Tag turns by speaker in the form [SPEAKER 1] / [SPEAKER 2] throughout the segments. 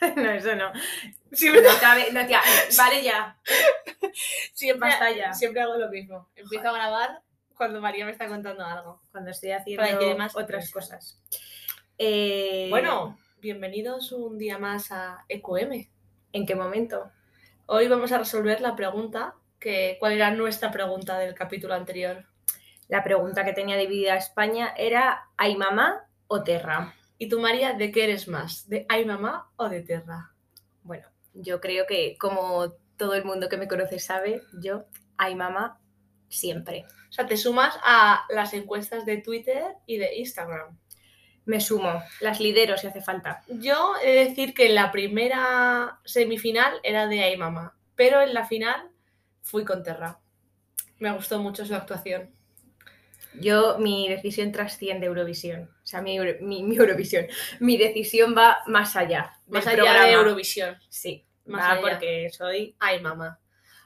[SPEAKER 1] no, eso no.
[SPEAKER 2] No, cabe- no, tía, vale ya,
[SPEAKER 3] Siempre,
[SPEAKER 2] basta ya.
[SPEAKER 3] siempre hago lo mismo. Empiezo a grabar cuando María me está contando algo.
[SPEAKER 1] Cuando estoy haciendo
[SPEAKER 3] Para que dé más
[SPEAKER 1] otras
[SPEAKER 3] prisa.
[SPEAKER 1] cosas. Eh,
[SPEAKER 3] Bueno, bienvenidos un día más a EQM.
[SPEAKER 1] ¿En qué momento?
[SPEAKER 3] Hoy vamos a resolver la pregunta, que cuál era nuestra pregunta del capítulo anterior.
[SPEAKER 1] La pregunta que tenía dividida España era ¿Hay mamá o terra?
[SPEAKER 3] ¿Y tú, María, de qué eres más? ¿De Ay Mamá o de Terra?
[SPEAKER 1] Bueno, yo creo que como todo el mundo que me conoce sabe, yo hay mamá siempre.
[SPEAKER 3] O sea, te sumas a las encuestas de Twitter y de Instagram.
[SPEAKER 1] Me sumo, las lidero si hace falta.
[SPEAKER 3] Yo he de decir que en la primera semifinal era de Ay Mamá, pero en la final fui con Terra. Me gustó mucho su actuación.
[SPEAKER 1] Yo, mi decisión trasciende Eurovisión. O sea, mi, Euro- mi- mi Eurovisión. Mi decisión va más allá. del
[SPEAKER 3] Más allá
[SPEAKER 1] programa.
[SPEAKER 3] de Eurovisión.
[SPEAKER 1] Sí,
[SPEAKER 3] Más
[SPEAKER 1] va
[SPEAKER 3] allá.
[SPEAKER 1] porque soy.
[SPEAKER 3] Ay Mamá.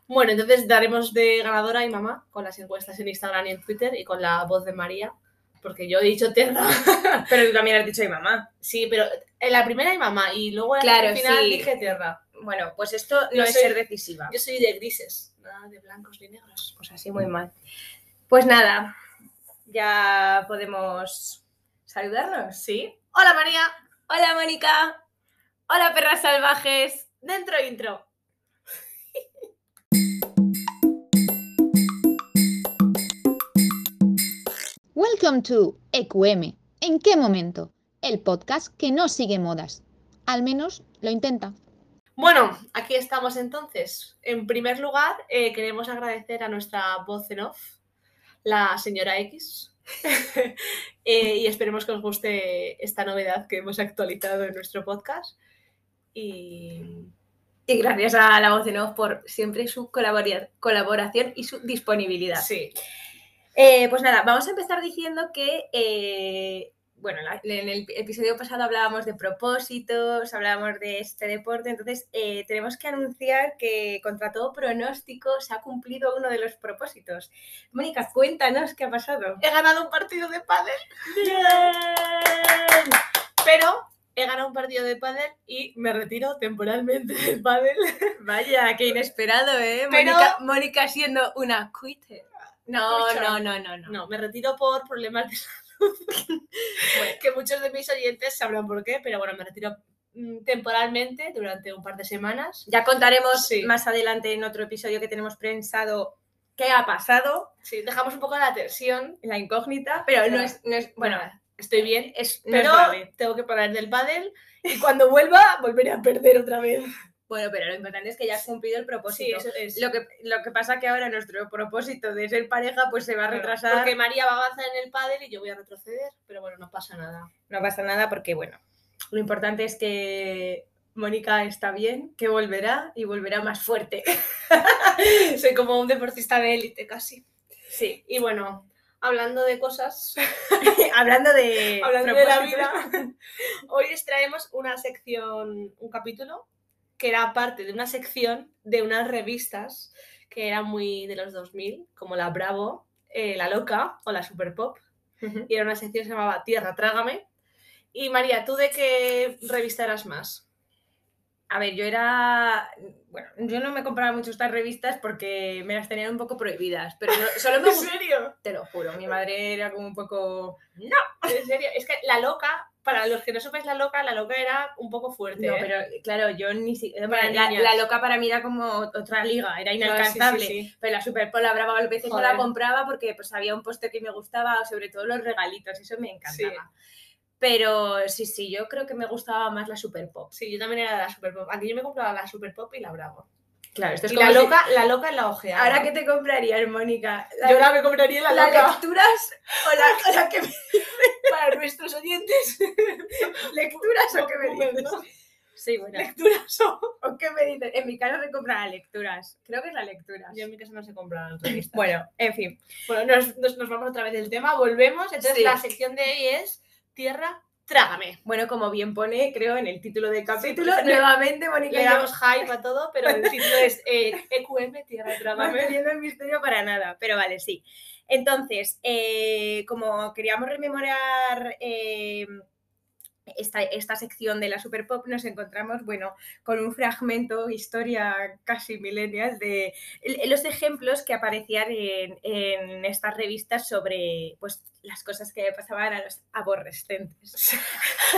[SPEAKER 3] Bueno, entonces daremos de ganadora Ay Mamá con las encuestas en Instagram y en Twitter y con la voz de María, porque yo he dicho Terra.
[SPEAKER 1] Pero tú también has dicho hay mamá.
[SPEAKER 3] Sí, pero en la primera Ay Mamá y luego en la
[SPEAKER 1] Claro,
[SPEAKER 3] final
[SPEAKER 1] sí.
[SPEAKER 3] dije Terra.
[SPEAKER 1] Bueno, pues esto no
[SPEAKER 3] Yo
[SPEAKER 1] es
[SPEAKER 3] soy-
[SPEAKER 1] ser decisiva.
[SPEAKER 3] Yo soy de grises, nada de blancos ni negros.
[SPEAKER 1] Pues así muy mal. Pues nada, ya podemos saludarnos.
[SPEAKER 3] Sí. Hola María.
[SPEAKER 1] Hola Mónica. Hola perras salvajes.
[SPEAKER 3] Dentro intro.
[SPEAKER 4] Welcome to EQM. ¿En qué momento? El podcast que no sigue modas. Al menos lo intenta.
[SPEAKER 3] Bueno, aquí estamos entonces. En primer lugar, eh, queremos agradecer a nuestra voz en off, la señora X. Eh, y esperemos que os guste esta novedad que hemos actualizado en nuestro podcast. Y
[SPEAKER 1] Y gracias a la voz de Off por siempre su colabora- colaboración y su disponibilidad.
[SPEAKER 3] sí,
[SPEAKER 1] Eh, pues nada, vamos a empezar diciendo que, eh, bueno, la- en el episodio pasado hablábamos de propósitos, hablábamos de este deporte, entonces eh, tenemos que anunciar que contra todo pronóstico se ha cumplido uno de los propósitos. Mónica, cuéntanos qué ha pasado.
[SPEAKER 3] he ganado un partido de pádel, pero he ganado un partido de pádel y me retiro temporalmente del pádel.
[SPEAKER 1] Vaya, qué inesperado, ¿eh?
[SPEAKER 3] Pero-
[SPEAKER 1] Mónica, Mónica siendo una quitter. No,
[SPEAKER 3] Escucha.
[SPEAKER 1] no, no, no, no.
[SPEAKER 3] No, me retiro por problemas de salud. que muchos de mis oyentes sabrán por qué, pero bueno, me retiro mm, temporalmente durante un par de semanas.
[SPEAKER 1] Ya contaremos
[SPEAKER 3] Sí.
[SPEAKER 1] más adelante en otro episodio que tenemos pensado qué ha pasado,
[SPEAKER 3] Sí, dejamos un poco la tensión.
[SPEAKER 1] la incógnita, pero no
[SPEAKER 3] Ya.
[SPEAKER 1] es, no es bueno,
[SPEAKER 3] Bueno, estoy bien,
[SPEAKER 1] es, no es
[SPEAKER 3] pero
[SPEAKER 1] grave.
[SPEAKER 3] tengo que parar del pádel y cuando vuelva volveré a perder otra vez.
[SPEAKER 1] Bueno, pero lo importante es que ya has cumplido el
[SPEAKER 3] Sí,
[SPEAKER 1] propósito.
[SPEAKER 3] eso es.
[SPEAKER 1] lo, que, lo que pasa que ahora nuestro propósito de ser pareja pues se va a
[SPEAKER 3] Claro,
[SPEAKER 1] retrasar.
[SPEAKER 3] Porque María va a avanzar en el pádel y yo voy a retroceder, pero bueno, no pasa nada.
[SPEAKER 1] No pasa nada porque, bueno, lo importante es que Mónica está bien, que volverá y volverá más fuerte.
[SPEAKER 3] Soy como un deportista de élite casi.
[SPEAKER 1] Sí.
[SPEAKER 3] Y bueno, hablando de cosas
[SPEAKER 1] Hablando de
[SPEAKER 3] Hablando de la
[SPEAKER 1] propósitos.
[SPEAKER 3] vida, Eh, hoy les traemos una sección, un capítulo que era parte de una sección de unas revistas que eran muy de los 2000, como la Bravo, eh, la Loca o la Super Pop.
[SPEAKER 1] Ujú.
[SPEAKER 3] Y era una sección que se llamaba Tierra, trágame. Y María, ¿tú de qué revista eras más?
[SPEAKER 1] A ver, yo era. Bueno, yo no me compraba mucho estas revistas porque me las tenían un poco prohibidas, pero no- solo me gustaba.
[SPEAKER 3] serio?
[SPEAKER 1] Te lo juro, mi madre era como un poco.
[SPEAKER 3] ¿En serio? Es que la Loca, para los que no sepáis la Loca, la Loca era un poco fuerte.
[SPEAKER 1] No,
[SPEAKER 3] ¿eh?
[SPEAKER 1] pero claro, yo ni siquiera.
[SPEAKER 3] Para
[SPEAKER 1] la,
[SPEAKER 3] niñas.
[SPEAKER 1] la loca para mí era como otra liga, era
[SPEAKER 3] No, sí, sí,
[SPEAKER 1] inalcanzable.
[SPEAKER 3] sí.
[SPEAKER 1] Pero la Superpol la Brava a veces yo la
[SPEAKER 3] Joder.
[SPEAKER 1] compraba porque pues había un póster que me gustaba, o sobre todo los regalitos, eso me
[SPEAKER 3] Sí.
[SPEAKER 1] encantaba. Pero sí, sí, yo creo que me gustaba más la Super Pop.
[SPEAKER 3] Sí, yo también era de la Super Pop. Aquí yo me compraba la Super Pop y la Bravo.
[SPEAKER 1] Claro, esto
[SPEAKER 3] y la loca, la loca en la ojeada.
[SPEAKER 1] Ahora que te comprarías, Mónica, la,
[SPEAKER 3] yo la me compraría la
[SPEAKER 1] la
[SPEAKER 3] loca
[SPEAKER 1] lecturas o la, o la que me-
[SPEAKER 3] para nuestros oyentes.
[SPEAKER 1] lecturas o que me
[SPEAKER 3] Google,
[SPEAKER 1] dices.
[SPEAKER 3] ¿no?
[SPEAKER 1] Sí, bueno.
[SPEAKER 3] Lecturas o.
[SPEAKER 1] ¿O qué me dices? En mi caso se compra la lecturas. Creo que es la lecturas.
[SPEAKER 3] Yo en mi casa no se compraban revistas.
[SPEAKER 1] Bueno, en fin.
[SPEAKER 3] bueno nos, nos, nos vamos otra vez del tema, volvemos. Entonces
[SPEAKER 1] Sí.
[SPEAKER 3] la sección de hoy es Tierra, trágame.
[SPEAKER 1] Bueno, como bien pone, creo, en el título del capítulo,
[SPEAKER 3] porque-
[SPEAKER 1] nuevamente Mónica
[SPEAKER 3] Le
[SPEAKER 1] y yo-
[SPEAKER 3] damos hype a todo, pero el título es eh, EQM, Tierra,
[SPEAKER 1] No estoy
[SPEAKER 3] trágame.
[SPEAKER 1] viendo el misterio para nada, pero vale, sí. Entonces, eh, como queríamos rememorar eh, esta, esta sección de la Super Pop nos encontramos, bueno, con un fragmento, historia casi milenial, de los ejemplos que aparecían en, en estas revistas sobre pues, las cosas que pasaban a los aborrescentes.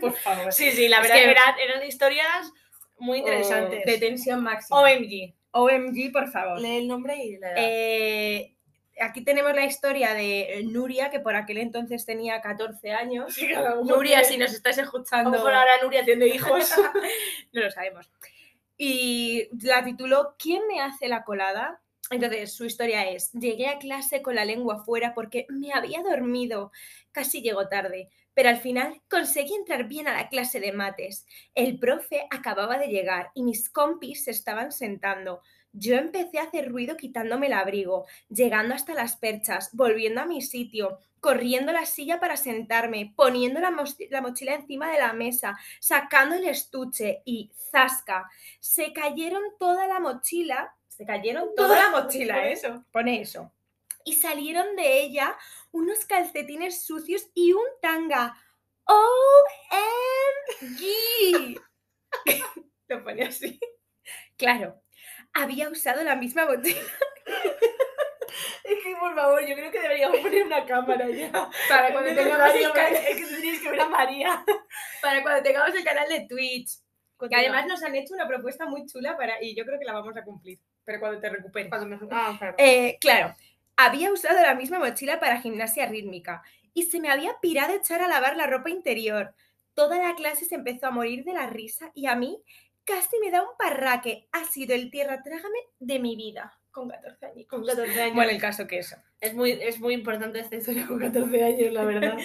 [SPEAKER 3] Por favor. Sí, sí, la verdad es que eran, eran historias muy interesantes.
[SPEAKER 1] de tensión máxima.
[SPEAKER 3] OMG.
[SPEAKER 1] OMG, por favor.
[SPEAKER 3] Lee el nombre y la edad.
[SPEAKER 1] Eh, aquí tenemos la historia de Nuria, que por aquel entonces tenía 14 años.
[SPEAKER 3] Sí, a lo mejor
[SPEAKER 1] Nuria,
[SPEAKER 3] tiene-
[SPEAKER 1] si nos estás
[SPEAKER 3] A lo
[SPEAKER 1] escuchando,
[SPEAKER 3] mejor ahora Nuria tiene hijos.
[SPEAKER 1] no lo sabemos. Y la tituló ¿Quién me hace la colada? Entonces, su historia es, llegué a clase con la lengua fuera porque me había dormido. Casi llegó tarde, pero al final conseguí entrar bien a la clase de mates. El profe acababa de llegar y mis compis se estaban sentando. Yo empecé a hacer ruido quitándome el abrigo, llegando hasta las perchas, volviendo a mi sitio, corriendo la silla para sentarme, poniendo la, mos- la mochila encima de la mesa, sacando el estuche y zasca. Se cayeron toda la mochila, se cayeron toda la mochila, ¿eh?
[SPEAKER 3] eso.
[SPEAKER 1] pone eso. Y salieron de ella unos calcetines sucios y un tanga. ¡OMG! Lo pone así. Claro, había usado la misma botella
[SPEAKER 3] Es que, por favor, yo creo que deberíamos poner una cámara ya.
[SPEAKER 1] para
[SPEAKER 3] Cuando
[SPEAKER 1] cuando
[SPEAKER 3] tengamos
[SPEAKER 1] tengamos
[SPEAKER 3] el
[SPEAKER 1] el
[SPEAKER 3] canal,
[SPEAKER 1] canal,
[SPEAKER 3] es que tendríais que ver a María.
[SPEAKER 1] para cuando tengamos el canal de Twitch. Que
[SPEAKER 3] Continúa.
[SPEAKER 1] además nos han hecho una propuesta muy chula para, y yo creo que la vamos a cumplir. Pero cuando te recuperes.
[SPEAKER 3] Cuando me- Ah, claro.
[SPEAKER 1] Eh, claro, había usado la misma mochila para gimnasia rítmica y se me había pirado echar a lavar la ropa interior. Toda la clase se empezó a morir de la risa y a mí casi me da un parraque. Ha sido el tierra trágame de mi vida con 14 años.
[SPEAKER 3] Con 14 años.
[SPEAKER 1] Bueno, el caso que eso.
[SPEAKER 3] es, muy, es muy importante esta historia con 14 años, la verdad.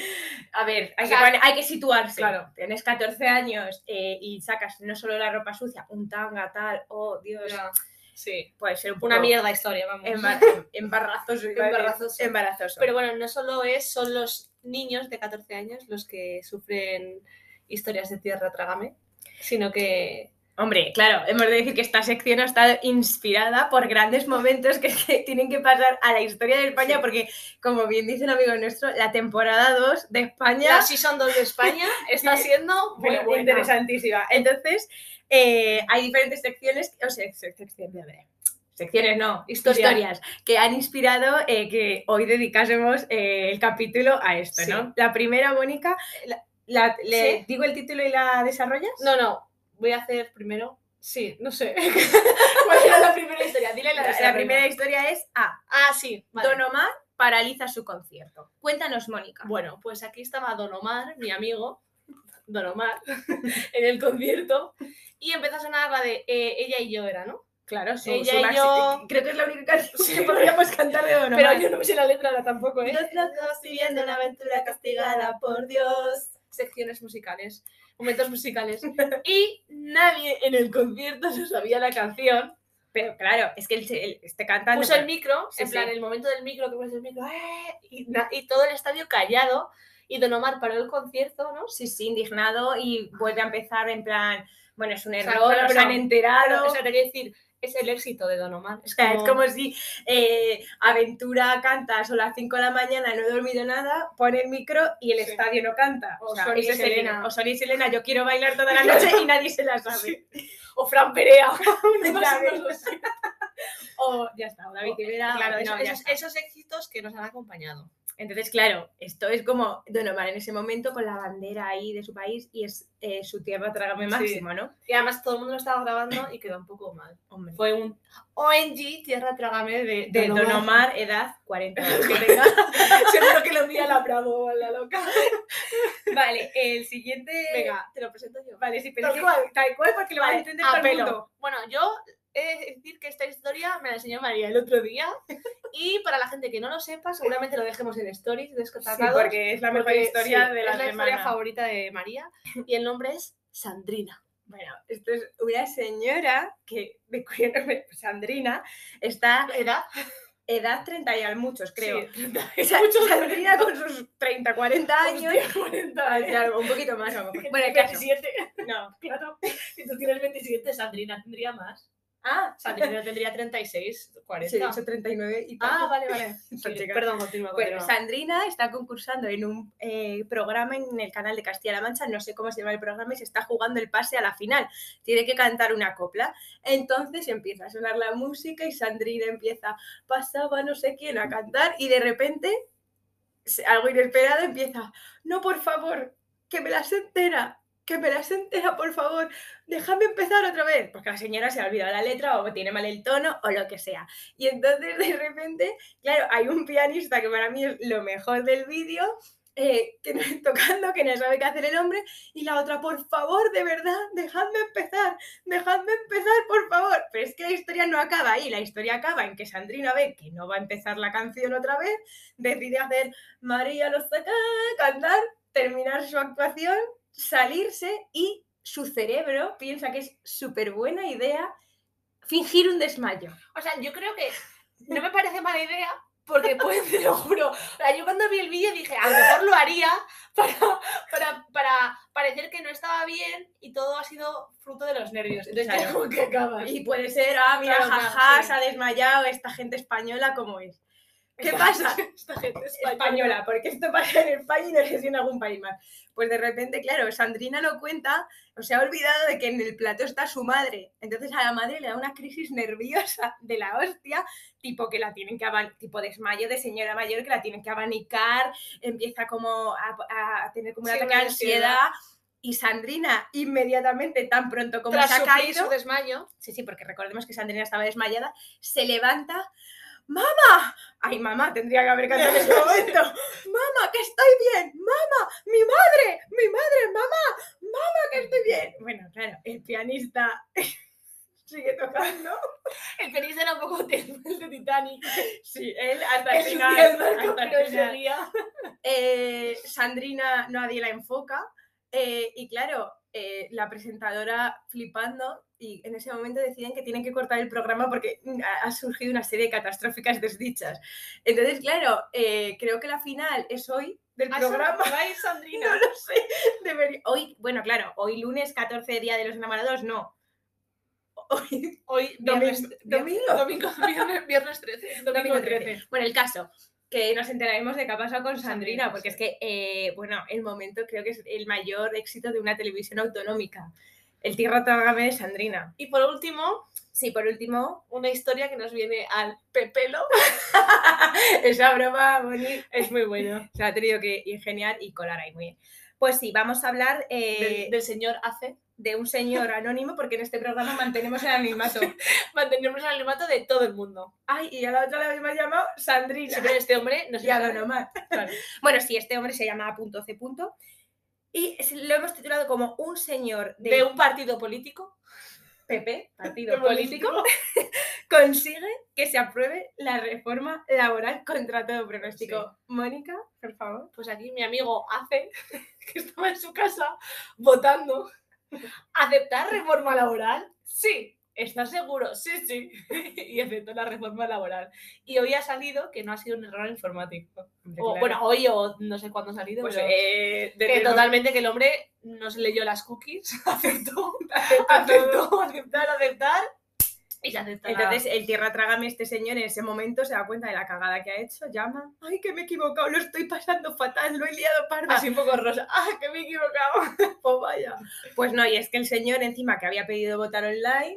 [SPEAKER 1] A ver, hay,
[SPEAKER 3] O sea,
[SPEAKER 1] que, poner- hay que situarse.
[SPEAKER 3] claro.
[SPEAKER 1] Tienes 14 años eh, y sacas no solo la ropa sucia, un tanga, tal, oh Dios,
[SPEAKER 3] sí.
[SPEAKER 1] puede ser un
[SPEAKER 3] Una
[SPEAKER 1] poco
[SPEAKER 3] mierda historia, vamos.
[SPEAKER 1] embar- Embarrazoso. iba a decir.
[SPEAKER 3] Embarazoso.
[SPEAKER 1] Embarazoso.
[SPEAKER 3] Pero bueno, no solo es, son los niños de 14 años los que sufren historias de tierra trágame, sino que
[SPEAKER 1] Hombre, claro, hemos de decir que esta sección ha estado inspirada por grandes momentos que, que tienen que pasar a la historia de España,
[SPEAKER 3] Sí.
[SPEAKER 1] porque, como bien dice un amigo nuestro, la temporada 2 de España
[SPEAKER 3] la Season 2 de España está siendo muy
[SPEAKER 1] fue
[SPEAKER 3] buena.
[SPEAKER 1] interesantísima. Entonces, eh, hay diferentes secciones, o sea, sec- secciones, hombre, secciones no,
[SPEAKER 3] Historia.
[SPEAKER 1] historias, que han inspirado eh, que hoy dedicásemos eh, el capítulo a esto,
[SPEAKER 3] Sí.
[SPEAKER 1] ¿no? La primera, Mónica, la- la- ¿le
[SPEAKER 3] Sí.
[SPEAKER 1] digo el título y la desarrollas?
[SPEAKER 3] No, no, voy a hacer primero. Sí, no sé. ¿Cuál era la primera historia? Dile la,
[SPEAKER 1] La- la primera historia es A.
[SPEAKER 3] Ah, sí. vale.
[SPEAKER 1] Don Omar paraliza su concierto. Cuéntanos, Mónica.
[SPEAKER 3] Bueno, pues aquí estaba Don Omar, mi amigo, Don Omar, en el concierto, y empezó a sonar la de eh, Ella y yo era, ¿no?
[SPEAKER 1] Claro, su,
[SPEAKER 3] Ella
[SPEAKER 1] su
[SPEAKER 3] y
[SPEAKER 1] maxi-
[SPEAKER 3] yo-
[SPEAKER 1] Creo que es la única canción
[SPEAKER 3] Sí.
[SPEAKER 1] que podríamos cantar de Don
[SPEAKER 3] Pero
[SPEAKER 1] Omar.
[SPEAKER 3] yo no me sé la letra ahora tampoco, ¿eh?
[SPEAKER 1] Los dos viviendo una aventura castigada por Dios.
[SPEAKER 3] secciones musicales, momentos musicales. Y nadie en el concierto se sabía la canción.
[SPEAKER 1] Pero claro, es que el, el- este cantante...
[SPEAKER 3] Puso el micro,
[SPEAKER 1] Sí,
[SPEAKER 3] en plan,
[SPEAKER 1] sí.
[SPEAKER 3] el momento del micro, que pones el micro, ¡eh! y, na- y todo el estadio callado. Y Don Omar paró el concierto, ¿no?
[SPEAKER 1] Sí, sí, indignado y vuelve a empezar en plan... Bueno, es un
[SPEAKER 3] sea,
[SPEAKER 1] error,
[SPEAKER 3] claro,
[SPEAKER 1] nos
[SPEAKER 3] pero-
[SPEAKER 1] han enterado.
[SPEAKER 3] O sea, te quiero decir, es el éxito de Don Omar.
[SPEAKER 1] O sea, es como si eh, Aventura canta a las 5 de la mañana, no he dormido nada, pone el micro y el
[SPEAKER 3] Sí.
[SPEAKER 1] estadio no canta.
[SPEAKER 3] O Sony
[SPEAKER 1] ese es el-
[SPEAKER 3] Selena.
[SPEAKER 1] O Sony Selena, yo quiero bailar toda la noche y nadie se la sabe.
[SPEAKER 3] O Fran Perea.
[SPEAKER 1] En
[SPEAKER 3] Uno
[SPEAKER 1] plan,
[SPEAKER 3] más, uno más.
[SPEAKER 1] O ya está, una
[SPEAKER 3] O-
[SPEAKER 1] bicicleta.
[SPEAKER 3] claro,
[SPEAKER 1] no,
[SPEAKER 3] esos,
[SPEAKER 1] ya
[SPEAKER 3] esos-
[SPEAKER 1] está.
[SPEAKER 3] esos éxitos que nos han acompañado.
[SPEAKER 1] Entonces, claro, esto es como Don Omar en ese momento con la bandera ahí de su país y es eh, su tierra trágame
[SPEAKER 3] Sí.
[SPEAKER 1] máximo, ¿no?
[SPEAKER 3] Y además todo el mundo lo estaba grabando y quedó un poco mal.
[SPEAKER 1] Hombre.
[SPEAKER 3] Fue un ONG, Tierra Trágame, de,
[SPEAKER 1] De Don Omar, edad 40 años que tenga.
[SPEAKER 3] Seguro que lo envía la Bravo o a la loca.
[SPEAKER 1] vale, el siguiente.
[SPEAKER 3] Venga, te lo presento yo.
[SPEAKER 1] Vale, sí, pero
[SPEAKER 3] Tal
[SPEAKER 1] es que-
[SPEAKER 3] cual.
[SPEAKER 1] tal cual, porque lo va a
[SPEAKER 3] Vale,
[SPEAKER 1] entender
[SPEAKER 3] a
[SPEAKER 1] todo el
[SPEAKER 3] pelo.
[SPEAKER 1] mundo.
[SPEAKER 3] ah, Bueno, yo he de decir que esta historia me la enseñó María el otro día. Y para la gente que no lo sepa, seguramente lo dejemos en stories
[SPEAKER 1] Sí,
[SPEAKER 3] descartados.
[SPEAKER 1] porque es la mejor
[SPEAKER 3] porque,
[SPEAKER 1] historia
[SPEAKER 3] sí,
[SPEAKER 1] de la
[SPEAKER 3] Es la
[SPEAKER 1] semana.
[SPEAKER 3] historia favorita de María. Y el nombre es Sandrina.
[SPEAKER 1] Bueno, esto es una señora que, de cuyo nombre, Sandrina, está
[SPEAKER 3] ¿Edad?
[SPEAKER 1] edad 30 y al muchos, creo.
[SPEAKER 3] Sí.
[SPEAKER 1] O sea, Sandrina con sus 30, 40 años.
[SPEAKER 3] Hostia, 40
[SPEAKER 1] Ah,
[SPEAKER 3] años.
[SPEAKER 1] claro, un poquito más a lo mejor. Bueno, el caso.
[SPEAKER 3] 27.
[SPEAKER 1] No.
[SPEAKER 3] Claro. Si tú tienes 27, Sandrina tendría más.
[SPEAKER 1] Ah,
[SPEAKER 3] O sea, que yo tendría 36, 40.
[SPEAKER 1] sí, he dicho 39 y tal.
[SPEAKER 3] Ah, vale, vale. Sí,
[SPEAKER 1] Está chica.
[SPEAKER 3] perdón, continúa.
[SPEAKER 1] Bueno,
[SPEAKER 3] continúa.
[SPEAKER 1] Pues Sandrina está concursando en un eh, programa en el canal de Castilla-La Mancha, no sé cómo se llama el programa, y se está jugando el pase a la final. Tiene que cantar una copla. Entonces empieza a sonar la música y Sandrina empieza, pasaba no sé quién a cantar, y de repente, se- algo inesperado, empieza, no, por favor, que me las entera. Que me las entera, por favor. Déjame empezar otra vez. Porque la señora se ha olvidado la letra o tiene mal el tono o lo que sea. Y entonces de repente Claro, hay un pianista que para mí es lo mejor del vídeo, eh, que no tocando, que no sabe qué hacer el hombre, y la otra, por favor, de verdad, dejadme empezar, dejadme empezar, por favor. Pero es que la historia no acaba ahí, la historia acaba en que Sandrina ve que no va a empezar la canción otra vez, decide hacer María los saca, cantar, terminar su actuación, salirse y su cerebro piensa que es súper buena idea fingir un desmayo.
[SPEAKER 3] O sea, yo creo que no me parece mala idea porque, pues, te lo juro, o sea, yo cuando vi el vídeo dije, a lo mejor lo haría para, para, para parecer que no estaba bien y todo ha sido fruto de los nervios. Entonces,
[SPEAKER 1] Claro.
[SPEAKER 3] como que acabas.
[SPEAKER 1] Y puede ser, ah, mira,
[SPEAKER 3] Pues Claro, claro,
[SPEAKER 1] jaja,
[SPEAKER 3] sí.
[SPEAKER 1] se ha desmayado esta gente española, ¿cómo es? ¿Qué pasa?
[SPEAKER 3] Esta gente
[SPEAKER 1] Española, porque esto pasa en España y no sé si en algún país más. Pues de repente, claro, Sandrina lo cuenta, o se ha olvidado de que en el plato está su madre. Entonces a la madre le da una crisis nerviosa de la hostia, tipo que la tienen que aban- tipo desmayo de señora mayor que la tienen que abanicar, empieza como a, a tener como un
[SPEAKER 3] Sí,
[SPEAKER 1] ataque
[SPEAKER 3] una
[SPEAKER 1] de ansiedad. Y Sandrina, inmediatamente, tan pronto como
[SPEAKER 3] Tras
[SPEAKER 1] se ha
[SPEAKER 3] sufrir
[SPEAKER 1] caído,
[SPEAKER 3] su desmayo,
[SPEAKER 1] sí, sí, porque recordemos que Sandrina estaba desmayada, se levanta, ¡Mamá! ¡Ay, mamá! Tendría que haber cantado en ese momento. ¡Mamá, que estoy bien! ¡Mamá! ¡Mi madre! ¡Mi madre! ¡Mamá! ¡Mamá, que estoy bien! Bueno, claro, el pianista sigue tocando.
[SPEAKER 3] el feliz era un poco tenso, el de Titanic.
[SPEAKER 1] Sí, él hasta el
[SPEAKER 3] Él
[SPEAKER 1] final.
[SPEAKER 3] subía al barco,
[SPEAKER 1] hasta el
[SPEAKER 3] pero
[SPEAKER 1] final.
[SPEAKER 3] seguía.
[SPEAKER 1] Eh, Sandrina nadie la enfoca eh, y claro, eh, la presentadora flipando y en ese momento deciden que tienen que cortar el programa porque mm, ha- ha surgido una serie de catastróficas desdichas. Entonces, claro, eh, creo que la final es hoy del
[SPEAKER 3] Ah,
[SPEAKER 1] programa.
[SPEAKER 3] se va a ir Sandrina.
[SPEAKER 1] No lo sé. debería- Hoy, bueno, claro, hoy lunes 14 día de los enamorados, no. Hoy
[SPEAKER 3] Hoy,
[SPEAKER 1] Domingo-
[SPEAKER 3] viernes- vier- Domingo, viernes, viernes 13. Domingo,
[SPEAKER 1] Domingo
[SPEAKER 3] 13.
[SPEAKER 1] 13. Bueno, el caso, que nos enteraremos de qué ha pasado con Sandrina,
[SPEAKER 3] Sandrina,
[SPEAKER 1] porque es que, eh, bueno, el momento creo que es el mayor éxito de una televisión autonómica. El Tierra Trágame de Sandrina.
[SPEAKER 3] Y por último,
[SPEAKER 1] Sí, por último,
[SPEAKER 3] una historia que nos viene al pepelo.
[SPEAKER 1] esa broma bonita
[SPEAKER 3] Es muy bueno.
[SPEAKER 1] se ha tenido que ingeniar y colar ahí muy bien. Pues sí, vamos a hablar eh,
[SPEAKER 3] del, del señor hace.
[SPEAKER 1] de un señor anónimo, porque en este programa mantenemos el anonimato.
[SPEAKER 3] Mantenemos el anonimato de todo el mundo.
[SPEAKER 1] Ay, y a la otra la habíamos llamado Sandrina.
[SPEAKER 3] Siempre este hombre nos
[SPEAKER 1] Y a Don Omar. Bueno, sí, este hombre se llama punto C. punto. Y es- lo hemos titulado como un señor de,
[SPEAKER 3] de un partido político.
[SPEAKER 1] PP, partido político, consigue que se apruebe la reforma laboral contra todo pronóstico. Mónica, por favor.
[SPEAKER 3] Pues aquí mi amigo hace, que estaba en su casa votando. ¿Aceptar reforma laboral? Sí. ¿Estás seguro? Sí, sí. Y aceptó la reforma laboral. Y hoy ha salido que no ha sido un error informático. O, Bueno, hoy o no sé cuándo ha salido.
[SPEAKER 1] Oh, pues,
[SPEAKER 3] pero-
[SPEAKER 1] eh, desde
[SPEAKER 3] Que
[SPEAKER 1] el
[SPEAKER 3] totalmente que el hombre no se leyó las cookies, aceptó,
[SPEAKER 1] momento-
[SPEAKER 3] aceptó, aceptar, aceptar y se aceptó.
[SPEAKER 1] Entonces, el tierra trágame este señor en ese momento se da cuenta de la cagada que ha hecho, llama, ay, que me he equivocado, lo estoy pasando fatal, lo he liado parda.
[SPEAKER 3] así un poco rosa. ¡Ah, que me he equivocado!
[SPEAKER 1] Pues vaya. Pues no, y es que el señor encima que había pedido votar online,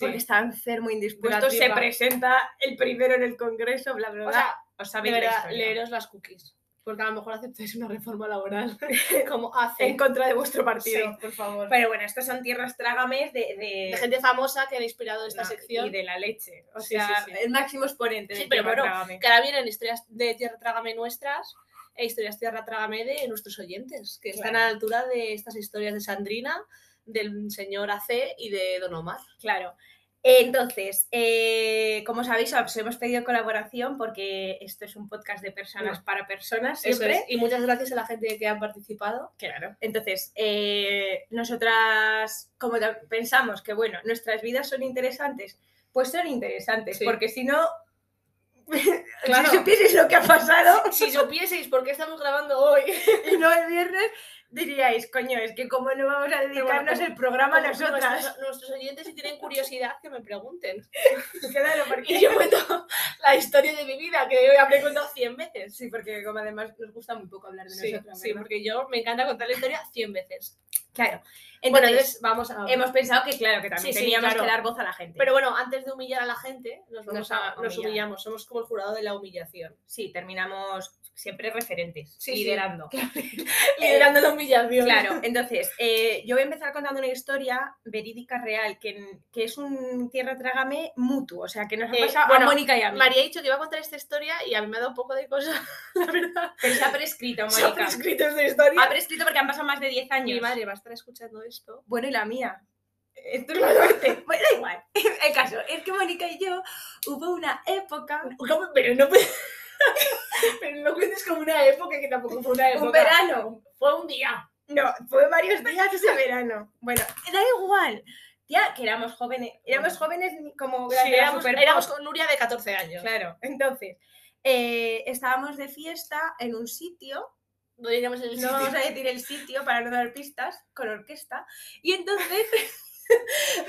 [SPEAKER 1] porque
[SPEAKER 3] Sí.
[SPEAKER 1] estaba enfermo, indispuesto,
[SPEAKER 3] Gratis,
[SPEAKER 1] se
[SPEAKER 3] va.
[SPEAKER 1] presenta el primero en el Congreso, bla, bla, bla.
[SPEAKER 3] O sea,
[SPEAKER 1] Os
[SPEAKER 3] de
[SPEAKER 1] sabéis la
[SPEAKER 3] verdad,
[SPEAKER 1] historia.
[SPEAKER 3] leeros las cookies. Porque a lo mejor aceptáis una reforma laboral como hace.
[SPEAKER 1] En contra de vuestro
[SPEAKER 3] Sí,
[SPEAKER 1] partido.
[SPEAKER 3] por favor.
[SPEAKER 1] Pero bueno, estas son tierras trágames de... de-
[SPEAKER 3] De gente famosa que han inspirado esta
[SPEAKER 1] no,
[SPEAKER 3] sección.
[SPEAKER 1] Y de la leche. O
[SPEAKER 3] Sí,
[SPEAKER 1] sea,
[SPEAKER 3] sí, sí.
[SPEAKER 1] el máximo exponente
[SPEAKER 3] Sí,
[SPEAKER 1] de
[SPEAKER 3] pero
[SPEAKER 1] tierra
[SPEAKER 3] bueno,
[SPEAKER 1] trágame.
[SPEAKER 3] Que ahora vienen historias de Tierra Trágame nuestras e historias Tierra Trágame de nuestros oyentes, que están
[SPEAKER 1] Claro.
[SPEAKER 3] a la altura de estas historias de Sandrina, del señor AC y de Don Omar.
[SPEAKER 1] Claro. Entonces, eh, como sabéis, os hemos pedido colaboración porque esto es un podcast de personas para personas
[SPEAKER 3] Eso
[SPEAKER 1] siempre.
[SPEAKER 3] es. Y muchas gracias a la gente que ha participado.
[SPEAKER 1] Claro. Entonces, eh, nosotras, como ta- pensamos que, bueno, nuestras vidas son interesantes, pues son interesantes,
[SPEAKER 3] Sí.
[SPEAKER 1] porque si no,
[SPEAKER 3] Claro.
[SPEAKER 1] Si supieseis lo que ha pasado
[SPEAKER 3] Si supieseis por qué estamos grabando hoy,
[SPEAKER 1] y no el viernes, diríais, coño, es que como no vamos a dedicarnos
[SPEAKER 3] como-
[SPEAKER 1] el programa a
[SPEAKER 3] como
[SPEAKER 1] nosotras.
[SPEAKER 3] Nuestros, nuestros oyentes, si tienen curiosidad, que me pregunten.
[SPEAKER 1] Claro,
[SPEAKER 3] Y
[SPEAKER 1] porque...
[SPEAKER 3] yo cuento la historia de mi vida, que habré contado 100 veces.
[SPEAKER 1] Sí, porque como además nos gusta muy poco hablar de
[SPEAKER 3] Sí,
[SPEAKER 1] nosotras.
[SPEAKER 3] sí,
[SPEAKER 1] ¿verdad?
[SPEAKER 3] porque yo me encanta contar la historia 100 veces.
[SPEAKER 1] Claro.
[SPEAKER 3] bueno,
[SPEAKER 1] Entonces,
[SPEAKER 3] entonces vamos a...
[SPEAKER 1] hemos pensado que, claro, que también
[SPEAKER 3] Sí, sí,
[SPEAKER 1] teníamos
[SPEAKER 3] claro.
[SPEAKER 1] que dar voz a la gente.
[SPEAKER 3] Pero bueno, antes de humillar a la gente, nos, vamos
[SPEAKER 1] Nos
[SPEAKER 3] a,
[SPEAKER 1] a-
[SPEAKER 3] nos
[SPEAKER 1] humillar.
[SPEAKER 3] humillamos. Somos como el jurado de la humillación.
[SPEAKER 1] sí, terminamos siempre referentes,
[SPEAKER 3] Sí, sí.
[SPEAKER 1] liderando.
[SPEAKER 3] Eh, Liderando la humillación.
[SPEAKER 1] Claro, entonces, eh, yo voy a empezar contando una historia verídica real, que, que es un tierra trágame mutuo, o sea, que nos ha
[SPEAKER 3] Eh,
[SPEAKER 1] pasado
[SPEAKER 3] bueno,
[SPEAKER 1] a Mónica y a mí.
[SPEAKER 3] María ha dicho que iba a contar esta historia y a mí me ha dado un poco de cosa, la verdad.
[SPEAKER 1] Pero se ha prescrito,
[SPEAKER 3] Se ha
[SPEAKER 1] Mónica.
[SPEAKER 3] prescrito esta
[SPEAKER 1] Ha
[SPEAKER 3] historia.
[SPEAKER 1] prescrito porque han pasado más de 10 años.
[SPEAKER 3] Mi madre va a estar escuchando esto.
[SPEAKER 1] Bueno, y la mía. Esto es más fuerte. Bueno, da igual. El caso es que Mónica y yo hubo una época,
[SPEAKER 3] ¿Cómo? Pero no, me- pero no cuentes como una época que tampoco fue una época.
[SPEAKER 1] un verano.
[SPEAKER 3] Fue un día.
[SPEAKER 1] No, fue varios días ese verano. Bueno, da igual. Ya que éramos jóvenes, éramos jóvenes como
[SPEAKER 3] Sí,
[SPEAKER 1] durante la
[SPEAKER 3] éramos,
[SPEAKER 1] Superpop.
[SPEAKER 3] éramos con Nuria de 14 años.
[SPEAKER 1] Claro, entonces, eh, estábamos de fiesta en un sitio,
[SPEAKER 3] No diríamos el
[SPEAKER 1] no vamos a decir el sitio para no dar pistas, con orquesta, y entonces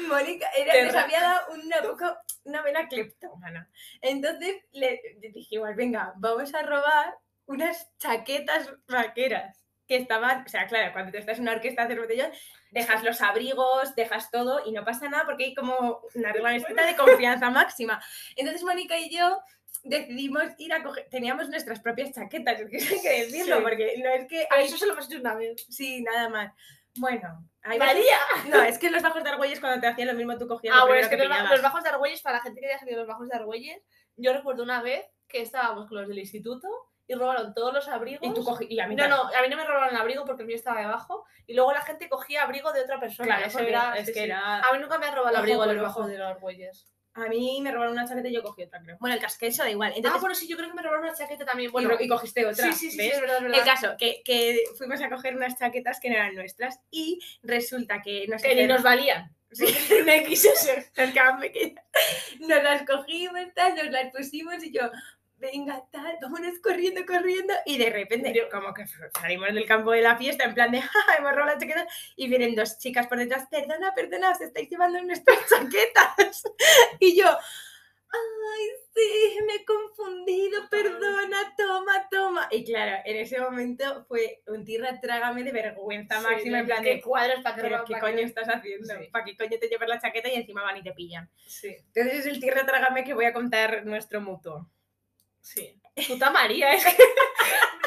[SPEAKER 1] Mónica era, nos
[SPEAKER 3] Terra.
[SPEAKER 1] había dado una, poco, una vena cleptómana. Entonces le dijimos, venga, vamos a robar unas chaquetas vaqueras que estaban, o sea, claro, cuando tú estás en una orquesta haces botellón, dejas los abrigos, dejas todo y no pasa nada porque hay como una regla en de confianza máxima. Entonces Mónica y yo decidimos ir a coger, teníamos nuestras propias chaquetas, es que eso hay que decirlo,
[SPEAKER 3] Sí.
[SPEAKER 1] porque no es que...
[SPEAKER 3] A eso se lo hemos hecho una vez.
[SPEAKER 1] Sí, nada más. Bueno, ahí va-
[SPEAKER 3] María.
[SPEAKER 1] No, es que en los bajos de Argüelles cuando te hacían lo mismo tú cogías
[SPEAKER 3] Ah,
[SPEAKER 1] lo
[SPEAKER 3] bueno, es
[SPEAKER 1] primero
[SPEAKER 3] que los, ba-
[SPEAKER 1] pillabas.
[SPEAKER 3] los bajos de Argüelles, para la gente que haya salido de los bajos de Argüelles, yo recuerdo una vez que estábamos con los del instituto y robaron todos los abrigos.
[SPEAKER 1] Y tú cogí- y a mí
[SPEAKER 3] No,
[SPEAKER 1] también.
[SPEAKER 3] no, a mí no me robaron el abrigo porque el mío estaba debajo y luego la gente cogía abrigo de otra persona.
[SPEAKER 1] Claro,
[SPEAKER 3] eso
[SPEAKER 1] porque
[SPEAKER 3] era,
[SPEAKER 1] es
[SPEAKER 3] sí, Ah,
[SPEAKER 1] que
[SPEAKER 3] sí.
[SPEAKER 1] era...
[SPEAKER 3] A mí nunca me han robado el
[SPEAKER 1] Ojo
[SPEAKER 3] abrigo
[SPEAKER 1] por
[SPEAKER 3] de los
[SPEAKER 1] ojo.
[SPEAKER 3] bajos de los Argüelles.
[SPEAKER 1] A mí me robaron una chaqueta y yo cogí otra, creo. Bueno, el casqueso da igual. Entonces,
[SPEAKER 3] ah, bueno, sí, yo creo que me robaron una chaqueta también.
[SPEAKER 1] y
[SPEAKER 3] Bueno,
[SPEAKER 1] ro- y, cogiste otra.
[SPEAKER 3] sí, sí, sí, sí,
[SPEAKER 1] ¿ves?
[SPEAKER 3] es verdad, es verdad.
[SPEAKER 1] El caso, que, que fuimos a coger unas chaquetas que no eran nuestras y resulta que nos,
[SPEAKER 3] Que ni
[SPEAKER 1] acer-
[SPEAKER 3] nos valían.
[SPEAKER 1] Sí.
[SPEAKER 3] Un XS.
[SPEAKER 1] nos quedaban pequeñas. Nos las cogimos, tal, nos las pusimos y yo, venga, tal, vámonos corriendo, corriendo. Y de repente, como que salimos del campo de la fiesta en plan de, "Ja, ja, hemos robado las chaquetas. Y vienen dos chicas por detrás, perdona, perdona, os estáis llevando nuestras chaquetas. Y yo, ay, sí, me he confundido, perdona, toma, toma. Y claro, en ese momento fue un tierra trágame de vergüenza
[SPEAKER 3] Sí,
[SPEAKER 1] máxima, en plan de,
[SPEAKER 3] ¿Qué cuadros para que
[SPEAKER 1] pero
[SPEAKER 3] roba-
[SPEAKER 1] ¿qué
[SPEAKER 3] para
[SPEAKER 1] coño
[SPEAKER 3] que-
[SPEAKER 1] estás haciendo?
[SPEAKER 3] Sí.
[SPEAKER 1] ¿Para qué coño te llevas la chaqueta y encima van y te pillan?
[SPEAKER 3] Sí,
[SPEAKER 1] Entonces es el tierra trágame que voy a contar nuestro mutuo.
[SPEAKER 3] sí. Puta María, es que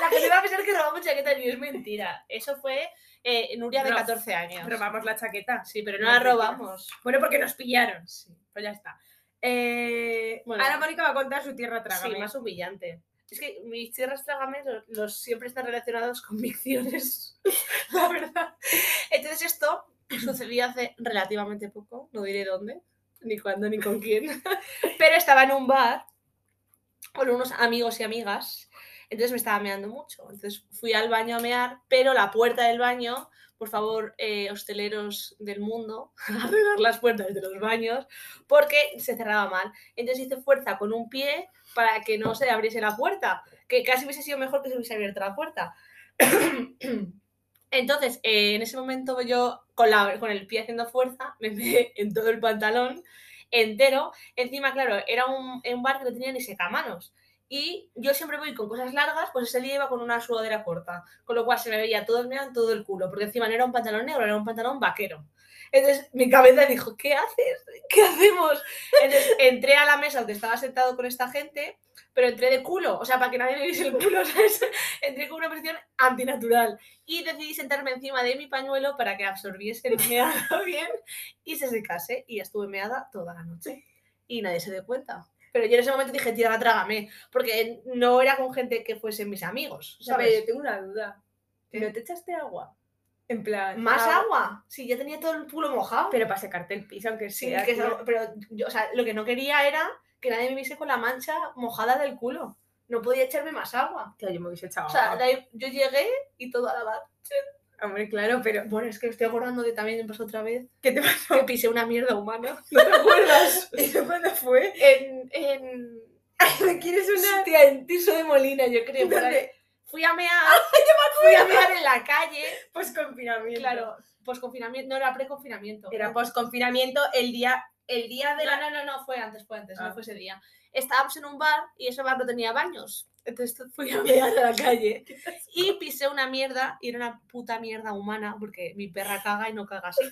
[SPEAKER 3] la gente va a pensar que robamos chaquetas y es mentira. Eso fue eh, Nuria de
[SPEAKER 1] Rob-
[SPEAKER 3] 14 años.
[SPEAKER 1] Robamos la chaqueta.
[SPEAKER 3] Sí, pero no la
[SPEAKER 1] Mentira.
[SPEAKER 3] robamos.
[SPEAKER 1] Bueno, porque nos pillaron. Sí, pues ya está. Eh,
[SPEAKER 3] Bueno.
[SPEAKER 1] Ahora Mónica va a contar su tierra trágame.
[SPEAKER 3] Sí, más humillante. Es que mis tierras trágame los, los siempre están relacionados con micciones, la verdad. Entonces esto sucedió hace relativamente poco, no diré dónde, ni cuándo, ni con quién, pero estaba en un bar con unos amigos y amigas, entonces me estaba meando mucho. Entonces fui al baño a mear, pero la puerta del baño, por favor, eh, hosteleros del mundo, arreglar las puertas de los baños, porque se cerraba mal. Entonces hice fuerza con un pie para que no se abriese la puerta, que casi hubiese sido mejor que se hubiese abierto la puerta. Entonces, eh, en ese momento yo, con, la- con el pie haciendo fuerza, me meé en todo el pantalón entero. Encima, claro, era un, un bar que no tenía ni secamanos. Y yo siempre voy con cosas largas, pues ese día iba con una sudadera corta. Con lo cual se me veía todo el meado en todo el culo, porque encima no era un pantalón negro, era un pantalón vaquero. Entonces mi cabeza dijo, ¿qué haces? ¿Qué hacemos? Entonces entré a la mesa donde estaba sentado con esta gente, pero entré de culo, o sea, para que nadie me viese el culo, ¿sabes? Entré con una posición antinatural y decidí sentarme encima de mi pañuelo para que absorbiese el meado bien y se secase y estuve meada toda la noche y nadie se dio cuenta. Pero yo en ese momento dije, tierra, trágame, porque no era con gente que fuesen mis amigos, ¿sabes?
[SPEAKER 1] yo tengo una duda.
[SPEAKER 3] ¿Qué?
[SPEAKER 1] ¿No te echaste agua? En plan. ah,
[SPEAKER 3] ¿Más agua? Sí, ya tenía todo el culo mojado.
[SPEAKER 1] Pero para secarte el piso, aunque
[SPEAKER 3] sí,
[SPEAKER 1] sea.
[SPEAKER 3] que es
[SPEAKER 1] tío.
[SPEAKER 3] algo- pero yo, o sea, lo que no quería era que nadie me viese con la mancha mojada del culo. No podía echarme más agua.
[SPEAKER 1] Tío, yo me hubiese echado
[SPEAKER 3] O sea,
[SPEAKER 1] agua.
[SPEAKER 3] de ahí yo llegué y todo a lavar.
[SPEAKER 1] Hombre, claro, pero.
[SPEAKER 3] Bueno, es que me estoy acordando de también me pasó otra vez
[SPEAKER 1] ¿Qué te pasa?
[SPEAKER 3] que pisé una mierda humana. ¿No te acuerdas?
[SPEAKER 1] ¿Eso cuándo fue?
[SPEAKER 3] En, en,
[SPEAKER 1] ¿Me quieres una?
[SPEAKER 3] Tía, en Tirso de Molina, yo creo. por ahí.
[SPEAKER 1] ¿Dónde?
[SPEAKER 3] Fui a mear. fui a mear en la calle.
[SPEAKER 1] Pues confinamiento.
[SPEAKER 3] Claro, posconfinamiento. No era preconfinamiento.
[SPEAKER 1] Era posconfinamiento el día, el día de
[SPEAKER 3] No,
[SPEAKER 1] la.
[SPEAKER 3] no, no, no, fue antes, fue antes,
[SPEAKER 1] Ah.
[SPEAKER 3] no fue ese día. Estábamos en un bar y ese bar no tenía baños. Entonces tu- fui a mear a la calle y pisé una mierda y era una puta mierda humana porque mi perra caga y no caga así.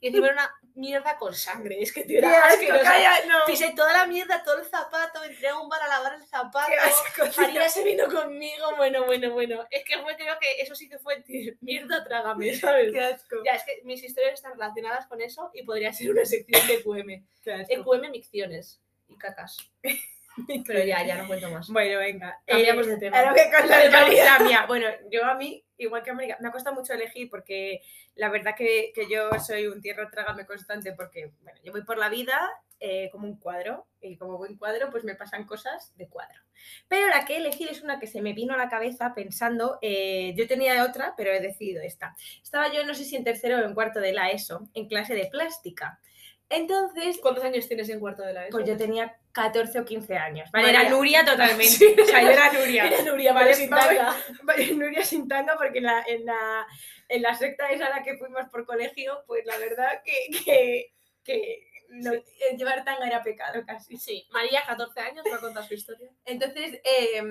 [SPEAKER 3] Y encima era una mierda con sangre. Es que tío, era
[SPEAKER 1] Qué asco,
[SPEAKER 3] asquerosa.
[SPEAKER 1] calla, no.
[SPEAKER 3] Pisé toda la mierda, todo el zapato, entré a un bar a lavar el zapato.
[SPEAKER 1] Qué asco, tío.
[SPEAKER 3] María se vino conmigo, bueno, bueno, bueno. Es que fue, creo que eso sí que fue tío, mierda, trágame, ¿sabes?
[SPEAKER 1] Qué asco.
[SPEAKER 3] Ya, es que mis historias están relacionadas con eso y podría ser una sección de QM.
[SPEAKER 1] Qué asco.
[SPEAKER 3] EQM micciones y cacas. Pero ya, ya no cuento más.
[SPEAKER 1] Bueno, venga.
[SPEAKER 3] Cambiamos
[SPEAKER 1] Eh,
[SPEAKER 3] de tema.
[SPEAKER 1] Ahora voy a contar
[SPEAKER 3] Vale,
[SPEAKER 1] yo
[SPEAKER 3] vale.
[SPEAKER 1] la mía. Bueno, yo a mí, igual que a América, me ha costado mucho elegir porque la verdad que, que yo soy un tierra trágame constante porque, bueno, yo voy por la vida eh, como un cuadro y como buen cuadro pues me pasan cosas de cuadro. Pero la que he elegido es una que se me vino a la cabeza pensando, eh, yo tenía otra, pero he decidido esta. Estaba yo, no sé si en tercero o en cuarto de la ESO, en clase de plástica. Entonces,
[SPEAKER 3] ¿Cuántos años tienes en cuarto de la ESO?
[SPEAKER 1] pues yo tenía 14 o 15 años. Vale,
[SPEAKER 3] María.
[SPEAKER 1] era Nuria totalmente.
[SPEAKER 3] Sí.
[SPEAKER 1] O sea, yo era Nuria.
[SPEAKER 3] Era Nuria, vale,
[SPEAKER 1] Vale,
[SPEAKER 3] sin
[SPEAKER 1] vamos.
[SPEAKER 3] tanga.
[SPEAKER 1] Vale, Nuria sin tanga, porque en la, en la, en la secta esa a la que fuimos por colegio, pues la verdad que, que, que no- eh, llevar tanga era pecado casi.
[SPEAKER 3] Sí, María, 14 años, va a contar su historia.
[SPEAKER 1] Entonces, eh,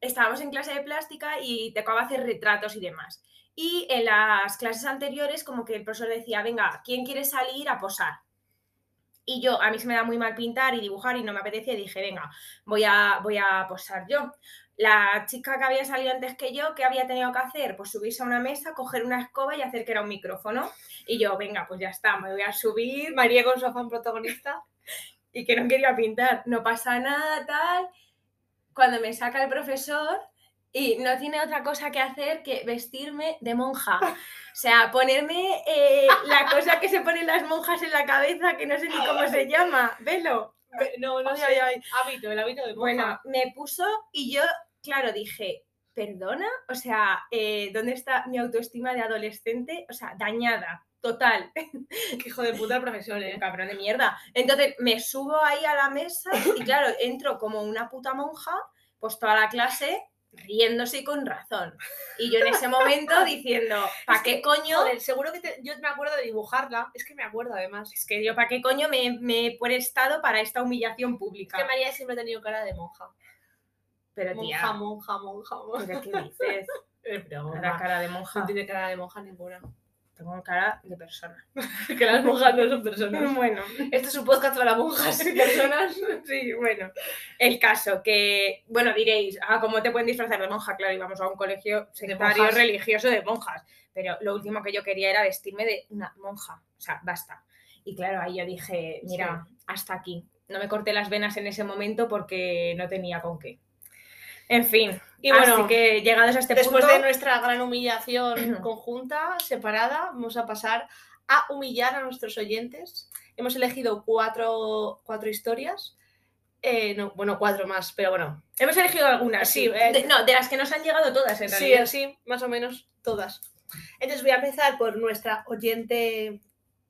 [SPEAKER 1] estábamos en clase de plástica y te acababa hacer retratos y demás. Y en las clases anteriores, como que el profesor decía, venga, ¿quién quiere salir a posar? Y yo, a mí se me da muy mal pintar y dibujar y no me apetecía, y dije, venga, voy a, voy a posar yo. La chica que había salido antes que yo, ¿qué había tenido que hacer? Pues subirse a una mesa, coger una escoba y hacer que era un micrófono. Y yo, venga, pues ya está, me voy a subir,
[SPEAKER 3] María con su afán protagonista.
[SPEAKER 1] y que no quería pintar. No pasa nada, tal. Cuando me saca el profesor y no tiene otra cosa que hacer que vestirme de monja. O sea, ponerme eh, la cosa que se ponen las monjas en la cabeza, que no sé ni cómo se llama. Velo.
[SPEAKER 3] No,
[SPEAKER 1] Ay,
[SPEAKER 3] sé.
[SPEAKER 1] ay, ay.
[SPEAKER 3] Hábito, el hábito de
[SPEAKER 1] Bueno,
[SPEAKER 3] monja.
[SPEAKER 1] me puso y yo, claro, dije, perdona, o sea, eh, ¿dónde está mi autoestima de adolescente? O sea, dañada, total.
[SPEAKER 3] Qué hijo de puta profesión,
[SPEAKER 1] un
[SPEAKER 3] eh.
[SPEAKER 1] cabrón de mierda. Entonces me subo ahí a la mesa y claro, entro como una puta monja, pues toda la clase riéndose y con razón. Y yo en ese momento diciendo, ¿para qué coño?
[SPEAKER 3] Joder, seguro que te- yo me acuerdo de dibujarla. Es que me acuerdo, además.
[SPEAKER 1] Es que yo, ¿para qué coño me, me he prestado para esta humillación
[SPEAKER 3] Es que
[SPEAKER 1] pública?
[SPEAKER 3] María siempre ha tenido cara de monja.
[SPEAKER 1] Pero
[SPEAKER 3] Monja,
[SPEAKER 1] tía,
[SPEAKER 3] monja, monja, monja.
[SPEAKER 1] ¿pero qué dices? La cara de monja.
[SPEAKER 3] No tiene cara de monja ninguna.
[SPEAKER 1] Tengo cara de persona.
[SPEAKER 3] que las monjas no son personas.
[SPEAKER 1] Bueno.
[SPEAKER 3] Este es un podcast para monjas y personas.
[SPEAKER 1] Sí, bueno. El caso que, bueno, diréis, ah, ¿cómo te pueden disfrazar de monja? Claro, íbamos a un colegio sectario
[SPEAKER 3] monjas.
[SPEAKER 1] religioso de monjas. Pero lo último que yo quería era vestirme de una monja. O sea, basta. Y claro, ahí yo dije, mira, hasta aquí. No me corté las venas en ese momento porque no tenía con qué. En fin,
[SPEAKER 3] Y bueno,
[SPEAKER 1] así que llegados a este
[SPEAKER 3] después
[SPEAKER 1] punto,
[SPEAKER 3] de nuestra gran humillación conjunta, separada, vamos a pasar a humillar a nuestros oyentes. Hemos elegido cuatro, cuatro historias. Eh, no, bueno, cuatro más, pero bueno.
[SPEAKER 1] hemos elegido algunas.
[SPEAKER 3] Sí,
[SPEAKER 1] Sí,
[SPEAKER 3] eh.
[SPEAKER 1] De- no, de las que nos han llegado todas en
[SPEAKER 3] Sí,
[SPEAKER 1] realidad.
[SPEAKER 3] así, más o menos todas. Entonces voy a empezar por nuestra oyente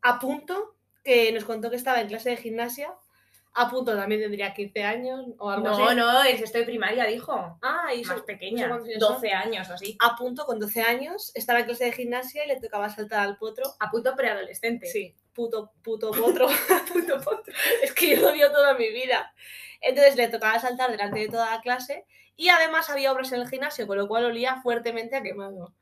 [SPEAKER 3] a punto, que nos contó que estaba en clase de gimnasia. A punto también tendría 15 años o algo
[SPEAKER 1] no,
[SPEAKER 3] así.
[SPEAKER 1] no, es estoy primaria, dijo.
[SPEAKER 3] Ah, y
[SPEAKER 1] Más
[SPEAKER 3] eso-
[SPEAKER 1] pequeña,
[SPEAKER 3] cuántos años son.
[SPEAKER 1] 12 años o así.
[SPEAKER 3] a punto con 12 años, estaba en clase de gimnasia y le tocaba saltar al potro.
[SPEAKER 1] A punto preadolescente.
[SPEAKER 3] Sí, puto, puto potro. puto potro. Es que yo lo odio toda mi vida. Entonces le tocaba saltar delante de toda la clase y además había obras en el gimnasio, con lo cual olía fuertemente a quemado.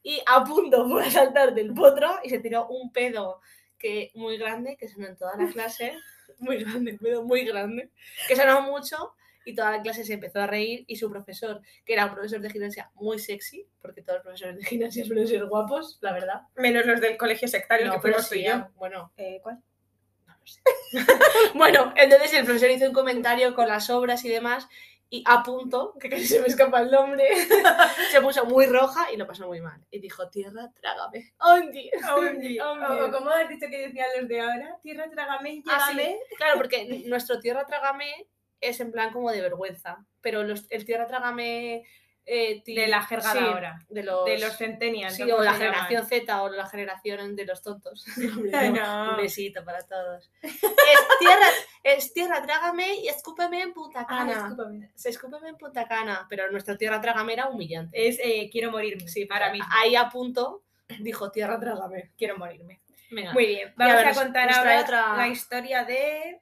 [SPEAKER 3] Y a punto fue a saltar del potro y se tiró un pedo que muy grande, que sonó en toda la clase. Muy grande, un pedo muy grande. Que sonó mucho y toda la clase se empezó a reír y su profesor, que era un profesor de gimnasia muy sexy, porque todos los profesores de gimnasia suelen ser guapos, la verdad.
[SPEAKER 1] Menos los del colegio sectario que fuimos tú
[SPEAKER 3] sí,
[SPEAKER 1] y yo.
[SPEAKER 3] ah, Bueno,
[SPEAKER 1] ¿Cuál?
[SPEAKER 3] Bueno, entonces el profesor hizo un comentario con las obras y demás y a punto, que casi se me escapa el nombre, se puso muy roja y lo pasó muy mal. Y dijo, tierra, trágame. Ondi, ondi,
[SPEAKER 1] O, o
[SPEAKER 3] ondi.
[SPEAKER 1] como has dicho que decían los de ahora, tierra, trágame,
[SPEAKER 3] Ah,
[SPEAKER 1] llévame.
[SPEAKER 3] Claro, porque nuestro tierra, trágame es en plan como de vergüenza, pero los- el tierra, trágame eh, ti-
[SPEAKER 1] De la jerga
[SPEAKER 3] sí,
[SPEAKER 1] de ahora.
[SPEAKER 3] De los,
[SPEAKER 1] De los centennials.
[SPEAKER 3] sí,
[SPEAKER 1] ¿no?
[SPEAKER 3] o
[SPEAKER 1] ¿Cómo
[SPEAKER 3] la
[SPEAKER 1] se llaman?
[SPEAKER 3] generación Z o la generación de los tontos.
[SPEAKER 1] Ay,
[SPEAKER 3] Un
[SPEAKER 1] no.
[SPEAKER 3] besito para todos. Es tierra, es tierra, trágame y escúpeme en Punta
[SPEAKER 1] Ah,
[SPEAKER 3] Cana.
[SPEAKER 1] discúlpame.
[SPEAKER 3] Se escúpeme en Punta Cana, pero nuestra tierra trágame era humillante.
[SPEAKER 1] Es eh, quiero morirme. Sí, para mí.
[SPEAKER 3] Ahí a punto dijo tierra trágame.
[SPEAKER 1] Quiero morirme.
[SPEAKER 3] Venga.
[SPEAKER 1] Muy bien.
[SPEAKER 3] ah. Y a
[SPEAKER 1] Vamos
[SPEAKER 3] ver,
[SPEAKER 1] a
[SPEAKER 3] nos-
[SPEAKER 1] contar
[SPEAKER 3] nos trae
[SPEAKER 1] ahora
[SPEAKER 3] otra-
[SPEAKER 1] la historia de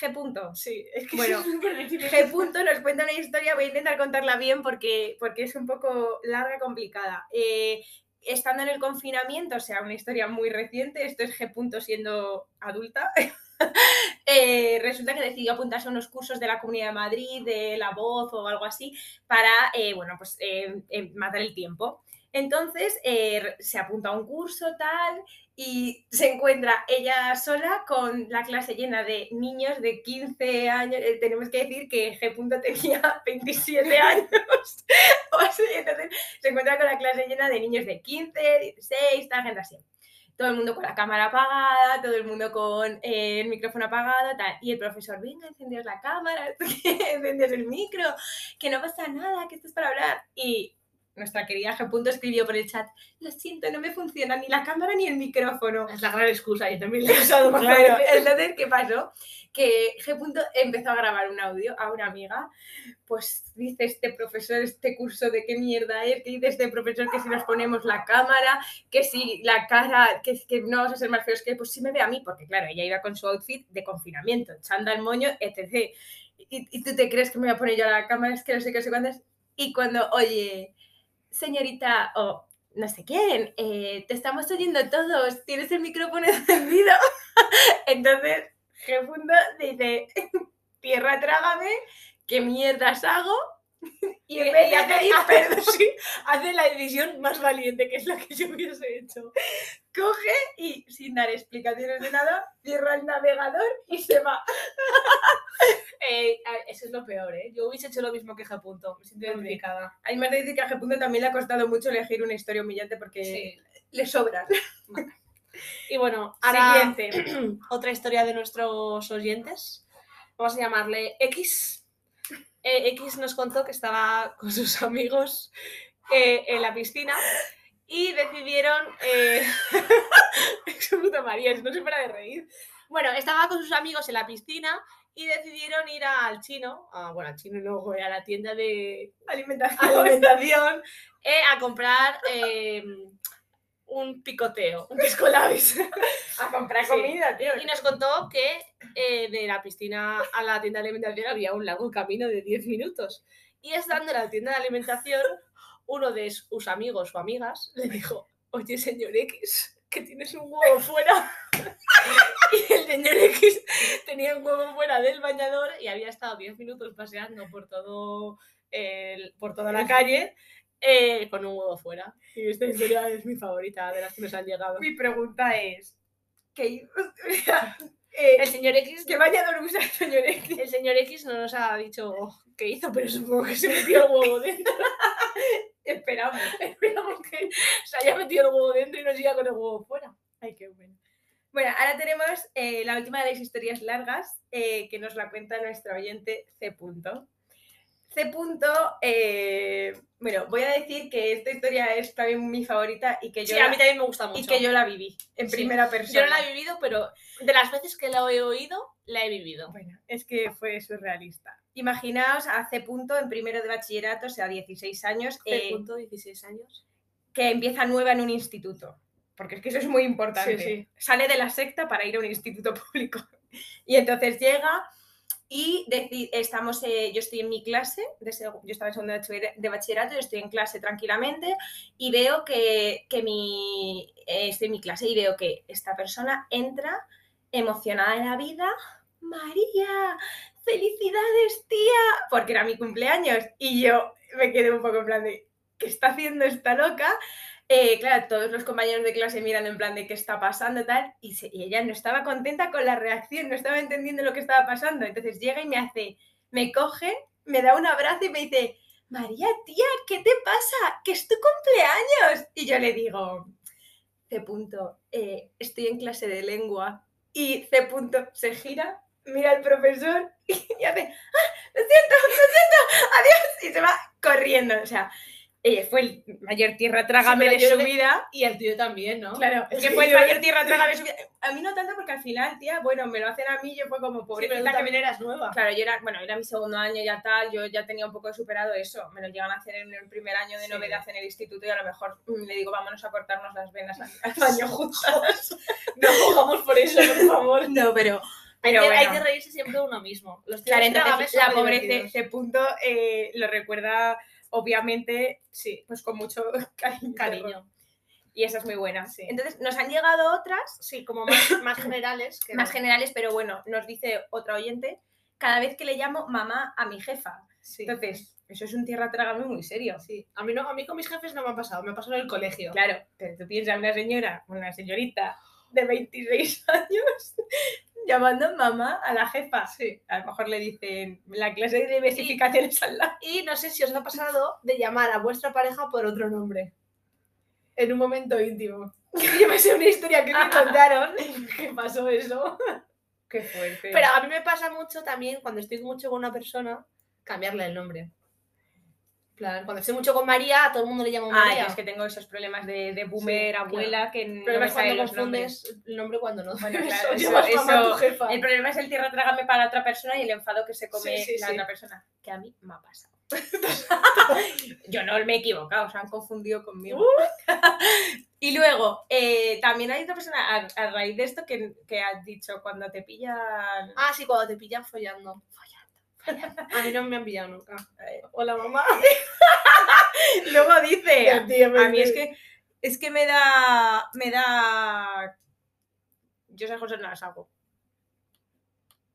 [SPEAKER 1] G. punto.
[SPEAKER 3] Sí, es que
[SPEAKER 1] Bueno, G. punto nos cuenta una historia, voy a intentar contarla bien porque, porque es un poco larga, complicada. Eh, estando en el confinamiento, o sea, una historia muy reciente, esto es G. punto siendo adulta. eh, resulta que decidió apuntarse a unos cursos de la Comunidad de Madrid, de La Voz o algo así, para, eh, bueno, pues eh, eh, matar el tiempo. Entonces eh, re- se apunta a un curso tal, y se encuentra ella sola con la clase llena de niños de 15 años. Eh, tenemos que decir que G. punto tenía 27 años. O sea, entonces se encuentra con la clase llena de niños de 15, 16, tal gente así. Todo el mundo con la cámara apagada, todo el mundo con eh, el micrófono apagado, tal. Y el profesor, venga, encendidos la cámara, encendidos el micro, que no pasa nada, que esto es para hablar. Y nuestra querida G. punto escribió por el chat, lo siento, no me funciona ni la cámara ni el micrófono.
[SPEAKER 3] es la gran excusa, yo también la he usado.
[SPEAKER 1] Claro,
[SPEAKER 3] muchas veces.
[SPEAKER 1] entonces, ¿qué pasó? Que G. punto empezó a grabar un audio a una amiga. Pues dice este profesor, este curso de qué mierda es, que dice este profesor que si nos ponemos la cámara, que si la cara, que, que no vamos a ser más feos que él, pues sí me ve a mí, porque claro, ella iba con su outfit de confinamiento, chándal, moño, etc. Y, y tú te crees que me voy a poner yo a la cámara, es que no sé qué, no sé cuántas. Y cuando, oye, señorita, o no sé quién, eh, te estamos oyendo todos, tienes el micrófono encendido. Entonces, Gefundo dice, tierra trágame, qué mierdas hago. Y en vez de pedir perdón,
[SPEAKER 3] sí, hace la decisión más valiente, que es la que yo hubiese hecho.
[SPEAKER 1] coge y sin dar explicaciones de nada, cierra el navegador y se va.
[SPEAKER 3] Eh, a- eso es lo peor, ¿eh? Yo hubiese hecho lo mismo que Japunto, me siento
[SPEAKER 1] Hombre.
[SPEAKER 3] identificada.
[SPEAKER 1] Hay más de decir que a Gefundo también le ha costado mucho elegir una historia humillante porque le sobra.
[SPEAKER 3] Y bueno, ahora
[SPEAKER 1] Siguiente.
[SPEAKER 3] otra historia de nuestros oyentes. Vamos a llamarle X. Eh, X nos contó que estaba con sus amigos eh, en la piscina y decidieron... Eh... es su puta María, no se para de reír. Bueno, estaba con sus amigos en la piscina y decidieron ir al chino, ah, bueno, al chino no, güey, a la tienda de,
[SPEAKER 1] Alimentación.
[SPEAKER 3] alimentación eh, a comprar eh, un picoteo, un pisco labis.
[SPEAKER 1] A comprar
[SPEAKER 3] Sí.
[SPEAKER 1] comida, tío.
[SPEAKER 3] Y nos contó que eh, de la piscina a la tienda de alimentación había un largo camino de 10 minutos. Y estando en la tienda de alimentación, uno de sus amigos o amigas le dijo, oye, señor X, que tienes un huevo fuera. Y el señor X tenía un huevo fuera del bañador y había estado 10 minutos paseando por, todo el- por toda la calle eh, con un huevo fuera. Y esta historia es mi favorita de las que nos han llegado.
[SPEAKER 1] Mi pregunta es, ¿qué, o sea, eh,
[SPEAKER 3] El señor X
[SPEAKER 1] ¿qué bañador usa el señor X?
[SPEAKER 3] El señor X no nos ha dicho qué hizo, pero supongo que se metió el huevo dentro.
[SPEAKER 1] Esperamos.
[SPEAKER 3] Esperamos que se haya metido el huevo dentro y no siga con el huevo fuera.
[SPEAKER 1] Ay, qué bueno. Bueno, ahora tenemos eh, la última de las historias largas eh, que nos la cuenta nuestro oyente C. Punto. C. Punto, eh, bueno, voy a decir que esta historia es también mi favorita y que yo, la,
[SPEAKER 3] también me gusta
[SPEAKER 1] y que yo la viví en
[SPEAKER 3] Sí.
[SPEAKER 1] primera
[SPEAKER 3] Yo
[SPEAKER 1] persona.
[SPEAKER 3] no la he vivido, pero de las veces que la he oído, la he vivido.
[SPEAKER 1] Bueno, es que fue surrealista. Imaginaos a C. Punto en primero de bachillerato, o sea, 16 años, eh,
[SPEAKER 3] 16 años.
[SPEAKER 1] que empieza nueva en un instituto. Porque es que eso es muy importante.
[SPEAKER 3] Sí, sí.
[SPEAKER 1] Sale de la secta para ir a un instituto público. Y entonces llega y deci- estamos, eh, yo estoy en mi clase, de seg- yo estaba en segundo de bachiller- de bachillerato, yo estoy en clase tranquilamente y veo que, que mi, eh, estoy en mi clase y veo que esta persona entra emocionada de la vida. María, felicidades tía, porque era mi cumpleaños y yo me quedé un poco en plan de, ¿qué está haciendo esta loca? Eh, claro, todos los compañeros de clase mirando en plan de qué está pasando tal, y, se- y ella no estaba contenta con la reacción, no estaba entendiendo lo que estaba pasando. Entonces llega y me hace, me coge, me da un abrazo y me dice, María, tía, ¿qué te pasa? Que es tu cumpleaños. Y yo le digo, C punto, eh, estoy en clase de lengua. Y C punto se gira mira al profesor y hace, ¡Ah, lo siento, lo siento, adiós, y se va corriendo. O sea, ella fue el mayor tierra trágame
[SPEAKER 3] pero
[SPEAKER 1] de
[SPEAKER 3] yo
[SPEAKER 1] su
[SPEAKER 3] le-
[SPEAKER 1] vida.
[SPEAKER 3] Y el tío también, ¿no?
[SPEAKER 1] Claro, es que fue el mayor tierra trágame de su vida. A mí no tanto porque al final, tía, bueno, me lo hacen a mí, yo fue como
[SPEAKER 3] Sí,
[SPEAKER 1] pobrecita
[SPEAKER 3] pero tú
[SPEAKER 1] que me
[SPEAKER 3] también eras nueva.
[SPEAKER 1] Claro, yo era, bueno, era mi segundo año ya tal, yo ya tenía un poco superado eso. Me lo llegan a hacer en el primer año de
[SPEAKER 3] Sí.
[SPEAKER 1] novedad en el instituto y a lo mejor mm, le digo, vámonos a cortarnos las venas al, al baño juntas.
[SPEAKER 3] No jugamos por eso, por favor.
[SPEAKER 1] no, pero,
[SPEAKER 3] Hay que-
[SPEAKER 1] pero
[SPEAKER 3] Hay
[SPEAKER 1] bueno.
[SPEAKER 3] que reírse siempre de uno mismo. Los tíos
[SPEAKER 1] Claro,
[SPEAKER 3] trágame
[SPEAKER 1] entonces
[SPEAKER 3] son
[SPEAKER 1] la
[SPEAKER 3] muy
[SPEAKER 1] pobreza,
[SPEAKER 3] divertidos.
[SPEAKER 1] este punto eh, lo recuerda, obviamente, sí, pues con mucho cariño.
[SPEAKER 3] Cariño.
[SPEAKER 1] Y esa es muy buena.
[SPEAKER 3] Sí.
[SPEAKER 1] Entonces, nos han llegado otras
[SPEAKER 3] Sí, como más, más generales. Que
[SPEAKER 1] más generales, pero bueno, nos dice otra oyente, cada vez que le llamo mamá a mi jefa.
[SPEAKER 3] Sí.
[SPEAKER 1] Entonces, eso es un tierra trágame muy serio.
[SPEAKER 3] Sí. A mí, no, a mí con mis jefes no me ha pasado, me ha pasado en el colegio.
[SPEAKER 1] Claro, pero tú piensas una señora, una señorita de 26 años llamando mamá a la jefa. Sí. A lo mejor le dicen la clase de diversificación es al lado.
[SPEAKER 3] Y no sé si os ha pasado de llamar a vuestra pareja por otro nombre. En un momento íntimo. Yo me sé una historia que me contaron que pasó eso.
[SPEAKER 1] Qué fuerte.
[SPEAKER 3] Pero a mí me pasa mucho también cuando estoy mucho con una persona, cambiarle el nombre. En plan, cuando estoy mucho con María, a todo el mundo le llamo
[SPEAKER 1] Ay,
[SPEAKER 3] María.
[SPEAKER 1] es que tengo esos problemas de, de boomer,
[SPEAKER 3] claro.
[SPEAKER 1] abuela, que
[SPEAKER 3] El
[SPEAKER 1] no
[SPEAKER 3] problema
[SPEAKER 1] me
[SPEAKER 3] es
[SPEAKER 1] saben
[SPEAKER 3] cuando
[SPEAKER 1] los nombres.
[SPEAKER 3] confundes el nombre cuando no.
[SPEAKER 1] Bueno,
[SPEAKER 3] Eso,
[SPEAKER 1] claro, eso-
[SPEAKER 3] llamas mamá a tu
[SPEAKER 1] eso-
[SPEAKER 3] jefa.
[SPEAKER 1] El problema es el tierra trágame para otra persona y el enfado que se come
[SPEAKER 3] Sí, sí,
[SPEAKER 1] la
[SPEAKER 3] sí.
[SPEAKER 1] otra persona. Que a mí me ha pasado. Yo no me he equivocado, se han confundido conmigo.
[SPEAKER 3] Uh.
[SPEAKER 1] y luego, eh, también hay otra persona a, a raíz de esto que, que has dicho cuando te pillan.
[SPEAKER 3] Ah, sí, cuando te pillan follando. Follando. A mí no me han pillado nunca.
[SPEAKER 1] Eh,
[SPEAKER 3] Hola, mamá.
[SPEAKER 1] Luego dice, Eh, a,
[SPEAKER 3] A
[SPEAKER 1] mí es que es que me da. me da. Yo esas cosas no las hago.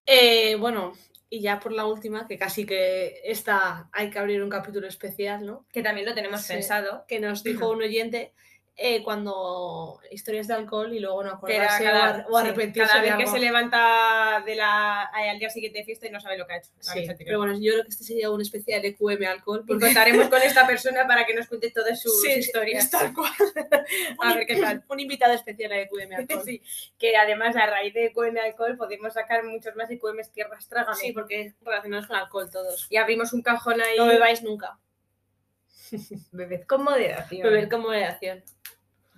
[SPEAKER 3] Eh, bueno, y ya por la última, que casi que esta hay que abrir un capítulo especial, ¿no?
[SPEAKER 1] Que también lo tenemos
[SPEAKER 3] Sí.
[SPEAKER 1] pensado.
[SPEAKER 3] Que nos dijo un oyente eh, cuando historias de alcohol y luego no
[SPEAKER 1] que era
[SPEAKER 3] acordarse o,
[SPEAKER 1] cada,
[SPEAKER 3] ar- o
[SPEAKER 1] sí,
[SPEAKER 3] arrepentirse
[SPEAKER 1] cada
[SPEAKER 3] de
[SPEAKER 1] vez que
[SPEAKER 3] algo.
[SPEAKER 1] se levanta de la, eh, al día siguiente de fiesta y no sabe lo que ha hecho. la
[SPEAKER 3] Sí,
[SPEAKER 1] noche anterior.
[SPEAKER 3] pero bueno, yo creo que este sería un especial EQM alcohol.
[SPEAKER 1] Y
[SPEAKER 3] porque-
[SPEAKER 1] contaremos con esta persona para que nos cuente todas sus
[SPEAKER 3] Sí,
[SPEAKER 1] historias.
[SPEAKER 3] es tal cual.
[SPEAKER 1] A ver qué tal.
[SPEAKER 3] Un invitado especial a EQM alcohol.
[SPEAKER 1] Sí, que además a raíz de EQM alcohol podemos sacar muchos más EQMs tierras trágame.
[SPEAKER 3] Sí, porque relacionados con alcohol todos.
[SPEAKER 1] Y abrimos un cajón ahí.
[SPEAKER 3] No bebáis nunca.
[SPEAKER 1] Bebed con moderación.
[SPEAKER 3] Beber con moderación.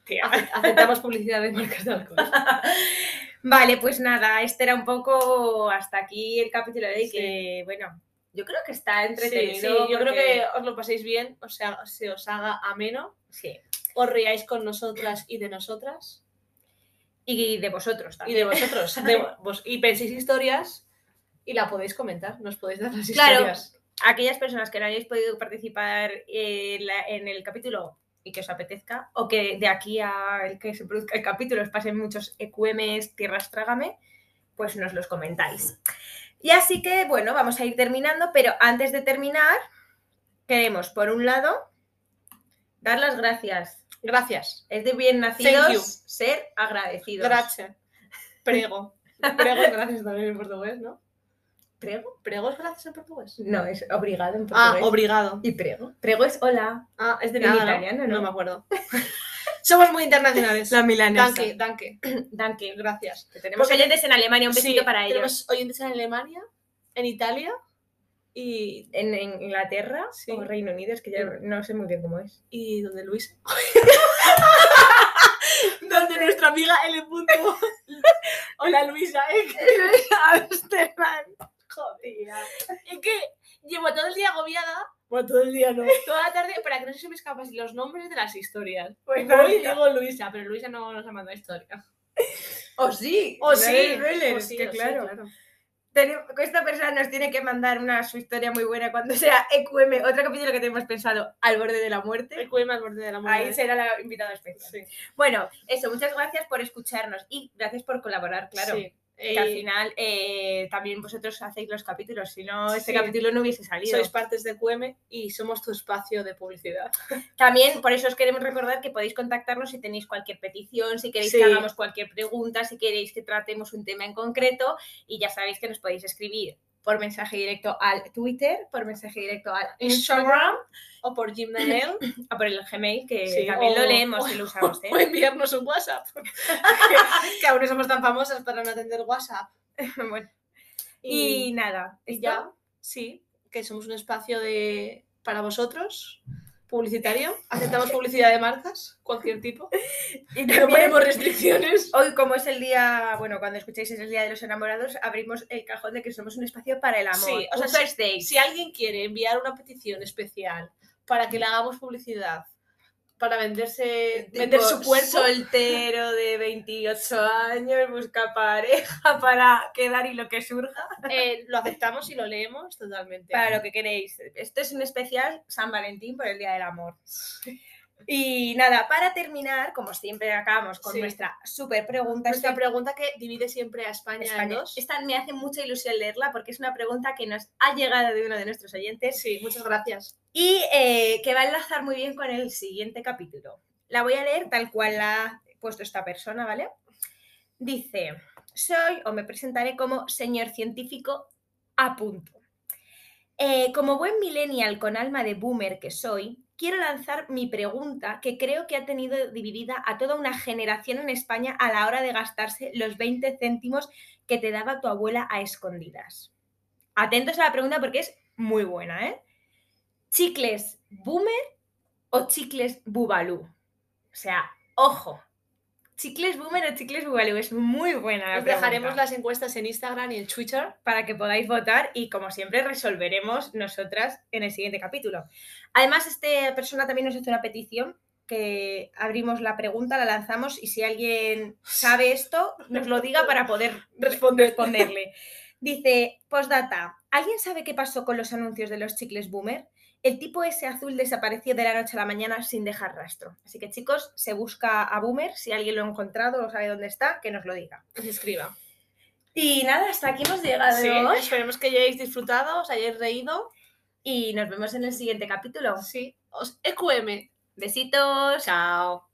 [SPEAKER 1] Tía.
[SPEAKER 3] Aceptamos publicidad de marcas de alcohol.
[SPEAKER 1] Vale, pues nada, este era un poco hasta aquí el capítulo de hoy
[SPEAKER 3] Sí.
[SPEAKER 1] que, bueno, yo creo que está entretenido.
[SPEAKER 3] Sí, sí, yo creo
[SPEAKER 1] porque-
[SPEAKER 3] que os lo paséis bien, o sea, se os haga ameno,
[SPEAKER 1] Sí.
[SPEAKER 3] os riáis con nosotras y de nosotras
[SPEAKER 1] Y de vosotros también.
[SPEAKER 3] y de vosotros. de vos- y penséis historias y la podéis comentar, nos podéis dar las
[SPEAKER 1] Claro.
[SPEAKER 3] historias.
[SPEAKER 1] aquellas personas que no hayáis podido participar eh, en, la- en el capítulo y que os apetezca, o que de aquí a el que se produzca el capítulo os pasen muchos E EQMs, tierras trágame, pues nos los comentáis. Y así que, bueno, vamos a ir terminando, pero antes de terminar, queremos, por un lado, dar las gracias.
[SPEAKER 3] Gracias.
[SPEAKER 1] Es de bien
[SPEAKER 3] Thank you.
[SPEAKER 1] nacidos ser agradecidos.
[SPEAKER 3] Gracias. Prego. Prego es gracias también en portugués, ¿no?
[SPEAKER 1] ¿Prego?
[SPEAKER 3] Prego es gracias en portugués.
[SPEAKER 1] No, es obrigado en
[SPEAKER 3] Ah,
[SPEAKER 1] portugués.
[SPEAKER 3] obrigado.
[SPEAKER 1] y prego. Prego es hola.
[SPEAKER 3] Ah, es de
[SPEAKER 1] En
[SPEAKER 3] nada, ¿no?
[SPEAKER 1] italiano, ¿no?
[SPEAKER 3] me acuerdo. Somos muy internacionales.
[SPEAKER 1] milanesa.
[SPEAKER 3] Danke, danke.
[SPEAKER 1] Danke.
[SPEAKER 3] Gracias.
[SPEAKER 1] Que tenemos
[SPEAKER 3] Porque-
[SPEAKER 1] oyentes en Alemania, un besito
[SPEAKER 3] Sí,
[SPEAKER 1] para ellos.
[SPEAKER 3] Tenemos oyentes en Alemania, en Italia y,
[SPEAKER 1] En, en Inglaterra
[SPEAKER 3] Sí.
[SPEAKER 1] o Reino Unido, es que ya no sé muy bien cómo es.
[SPEAKER 3] y donde Luis. donde nuestra amiga L. Punto. Hola Luisa, ¿eh?
[SPEAKER 1] Amsterdam.
[SPEAKER 3] Jodida. Es que llevo todo el día agobiada. Bueno, todo el día no. Toda la tarde, para que no se me escapas los nombres de las historias.
[SPEAKER 1] Pues
[SPEAKER 3] Hoy
[SPEAKER 1] nada.
[SPEAKER 3] digo Luisa, pero Luisa no nos ha mandado historia.
[SPEAKER 1] O sí.
[SPEAKER 3] O Oh, sí,
[SPEAKER 1] Reller,
[SPEAKER 3] o sí,
[SPEAKER 1] que
[SPEAKER 3] o sí,
[SPEAKER 1] claro. Tenem- Esta persona nos tiene que mandar una su historia muy buena cuando sea EQM, otro capítulo que tenemos pensado, al borde de la muerte.
[SPEAKER 3] El cuello al borde de la muerte.
[SPEAKER 1] Ahí será la invitada especial. Bueno, eso, muchas gracias por escucharnos y gracias por colaborar, claro.
[SPEAKER 3] Sí.
[SPEAKER 1] Que
[SPEAKER 3] Eh,
[SPEAKER 1] al final eh, también vosotros hacéis los capítulos, si no, este
[SPEAKER 3] Sí.
[SPEAKER 1] capítulo no hubiese salido.
[SPEAKER 3] sois partes de QM y somos tu espacio de publicidad.
[SPEAKER 1] También por eso os queremos recordar que podéis contactarnos si tenéis cualquier petición, si queréis
[SPEAKER 3] Sí.
[SPEAKER 1] que hagamos cualquier pregunta, si queréis que tratemos un tema en concreto y ya sabéis que nos podéis escribir por mensaje directo al Twitter, por mensaje directo al Instagram
[SPEAKER 3] O por Gmail.
[SPEAKER 1] o por el Gmail que
[SPEAKER 3] Sí,
[SPEAKER 1] también
[SPEAKER 3] o-
[SPEAKER 1] lo leemos y lo usamos. ¿eh?
[SPEAKER 3] o enviarnos un WhatsApp. que aún no somos tan famosas para no atender WhatsApp.
[SPEAKER 1] Bueno, Y, nada,
[SPEAKER 3] y
[SPEAKER 1] ¿esto?
[SPEAKER 3] ya, sí, que somos un espacio de para vosotros, publicitario. Aceptamos publicidad de marcas, cualquier tipo.
[SPEAKER 1] Y
[SPEAKER 3] No
[SPEAKER 1] también,
[SPEAKER 3] ponemos restricciones.
[SPEAKER 1] hoy, como es el día, bueno, cuando escuchéis es el día de los enamorados, abrimos el cajón de que somos un espacio para el amor.
[SPEAKER 3] Sí, o sea,
[SPEAKER 1] Un
[SPEAKER 3] sí-
[SPEAKER 1] first date.
[SPEAKER 3] Si alguien quiere enviar una petición especial para que le hagamos publicidad, para venderse,
[SPEAKER 1] Eh, Tipo,
[SPEAKER 3] vender su cuerpo,
[SPEAKER 1] Soltero de 28 años, busca pareja para quedar y lo que surja.
[SPEAKER 3] eh, lo aceptamos y lo leemos totalmente.
[SPEAKER 1] Para lo que queréis. Esto es un especial San Valentín por el Día del Amor. Y nada, para terminar, como siempre acabamos con
[SPEAKER 3] Sí.
[SPEAKER 1] nuestra super pregunta.
[SPEAKER 3] Nuestra
[SPEAKER 1] Estoy-
[SPEAKER 3] pregunta que divide siempre a España, en
[SPEAKER 1] España.
[SPEAKER 3] dos.
[SPEAKER 1] Esta me hace mucha ilusión leerla porque es una pregunta que nos ha llegado de uno de nuestros oyentes
[SPEAKER 3] Sí, muchas gracias.
[SPEAKER 1] y eh, que va a enlazar muy bien con el siguiente capítulo. La voy a leer tal cual la ha puesto esta persona, ¿vale? Dice, soy o me presentaré como señor científico a punto. Eh, como buen millennial con alma de boomer que soy, quiero lanzar mi pregunta que creo que ha tenido dividida a toda una generación en España a la hora de gastarse los 20 céntimos que te daba tu abuela a escondidas. Atentos a la pregunta porque es muy buena, ¿eh? ¿Chicles boomer o chicles bubalú? O sea, ojo, chicles boomer o chicles bubalú es muy buena. la
[SPEAKER 3] Os dejaremos
[SPEAKER 1] pregunta
[SPEAKER 3] las encuestas en Instagram y en Twitter.
[SPEAKER 1] para que podáis votar y como siempre resolveremos nosotras en el siguiente capítulo. Además, esta persona también nos hizo una petición que abrimos la pregunta, la lanzamos y si alguien sabe esto, nos lo diga para poder responderle. Dice, postdata, ¿alguien sabe qué pasó con los anuncios de los chicles boomer? El tipo ese azul desapareció de la noche a la mañana sin dejar rastro. Así que chicos, se busca a boomer, si alguien lo ha encontrado o sabe dónde está, que nos lo diga.
[SPEAKER 3] Os escriba.
[SPEAKER 1] Y nada, hasta aquí hemos llegado.
[SPEAKER 3] Sí,
[SPEAKER 1] hoy.
[SPEAKER 3] esperemos que hayáis disfrutado, os hayáis reído.
[SPEAKER 1] Y nos vemos en el siguiente capítulo.
[SPEAKER 3] Sí. Os EQM.
[SPEAKER 1] Besitos.
[SPEAKER 3] Chao.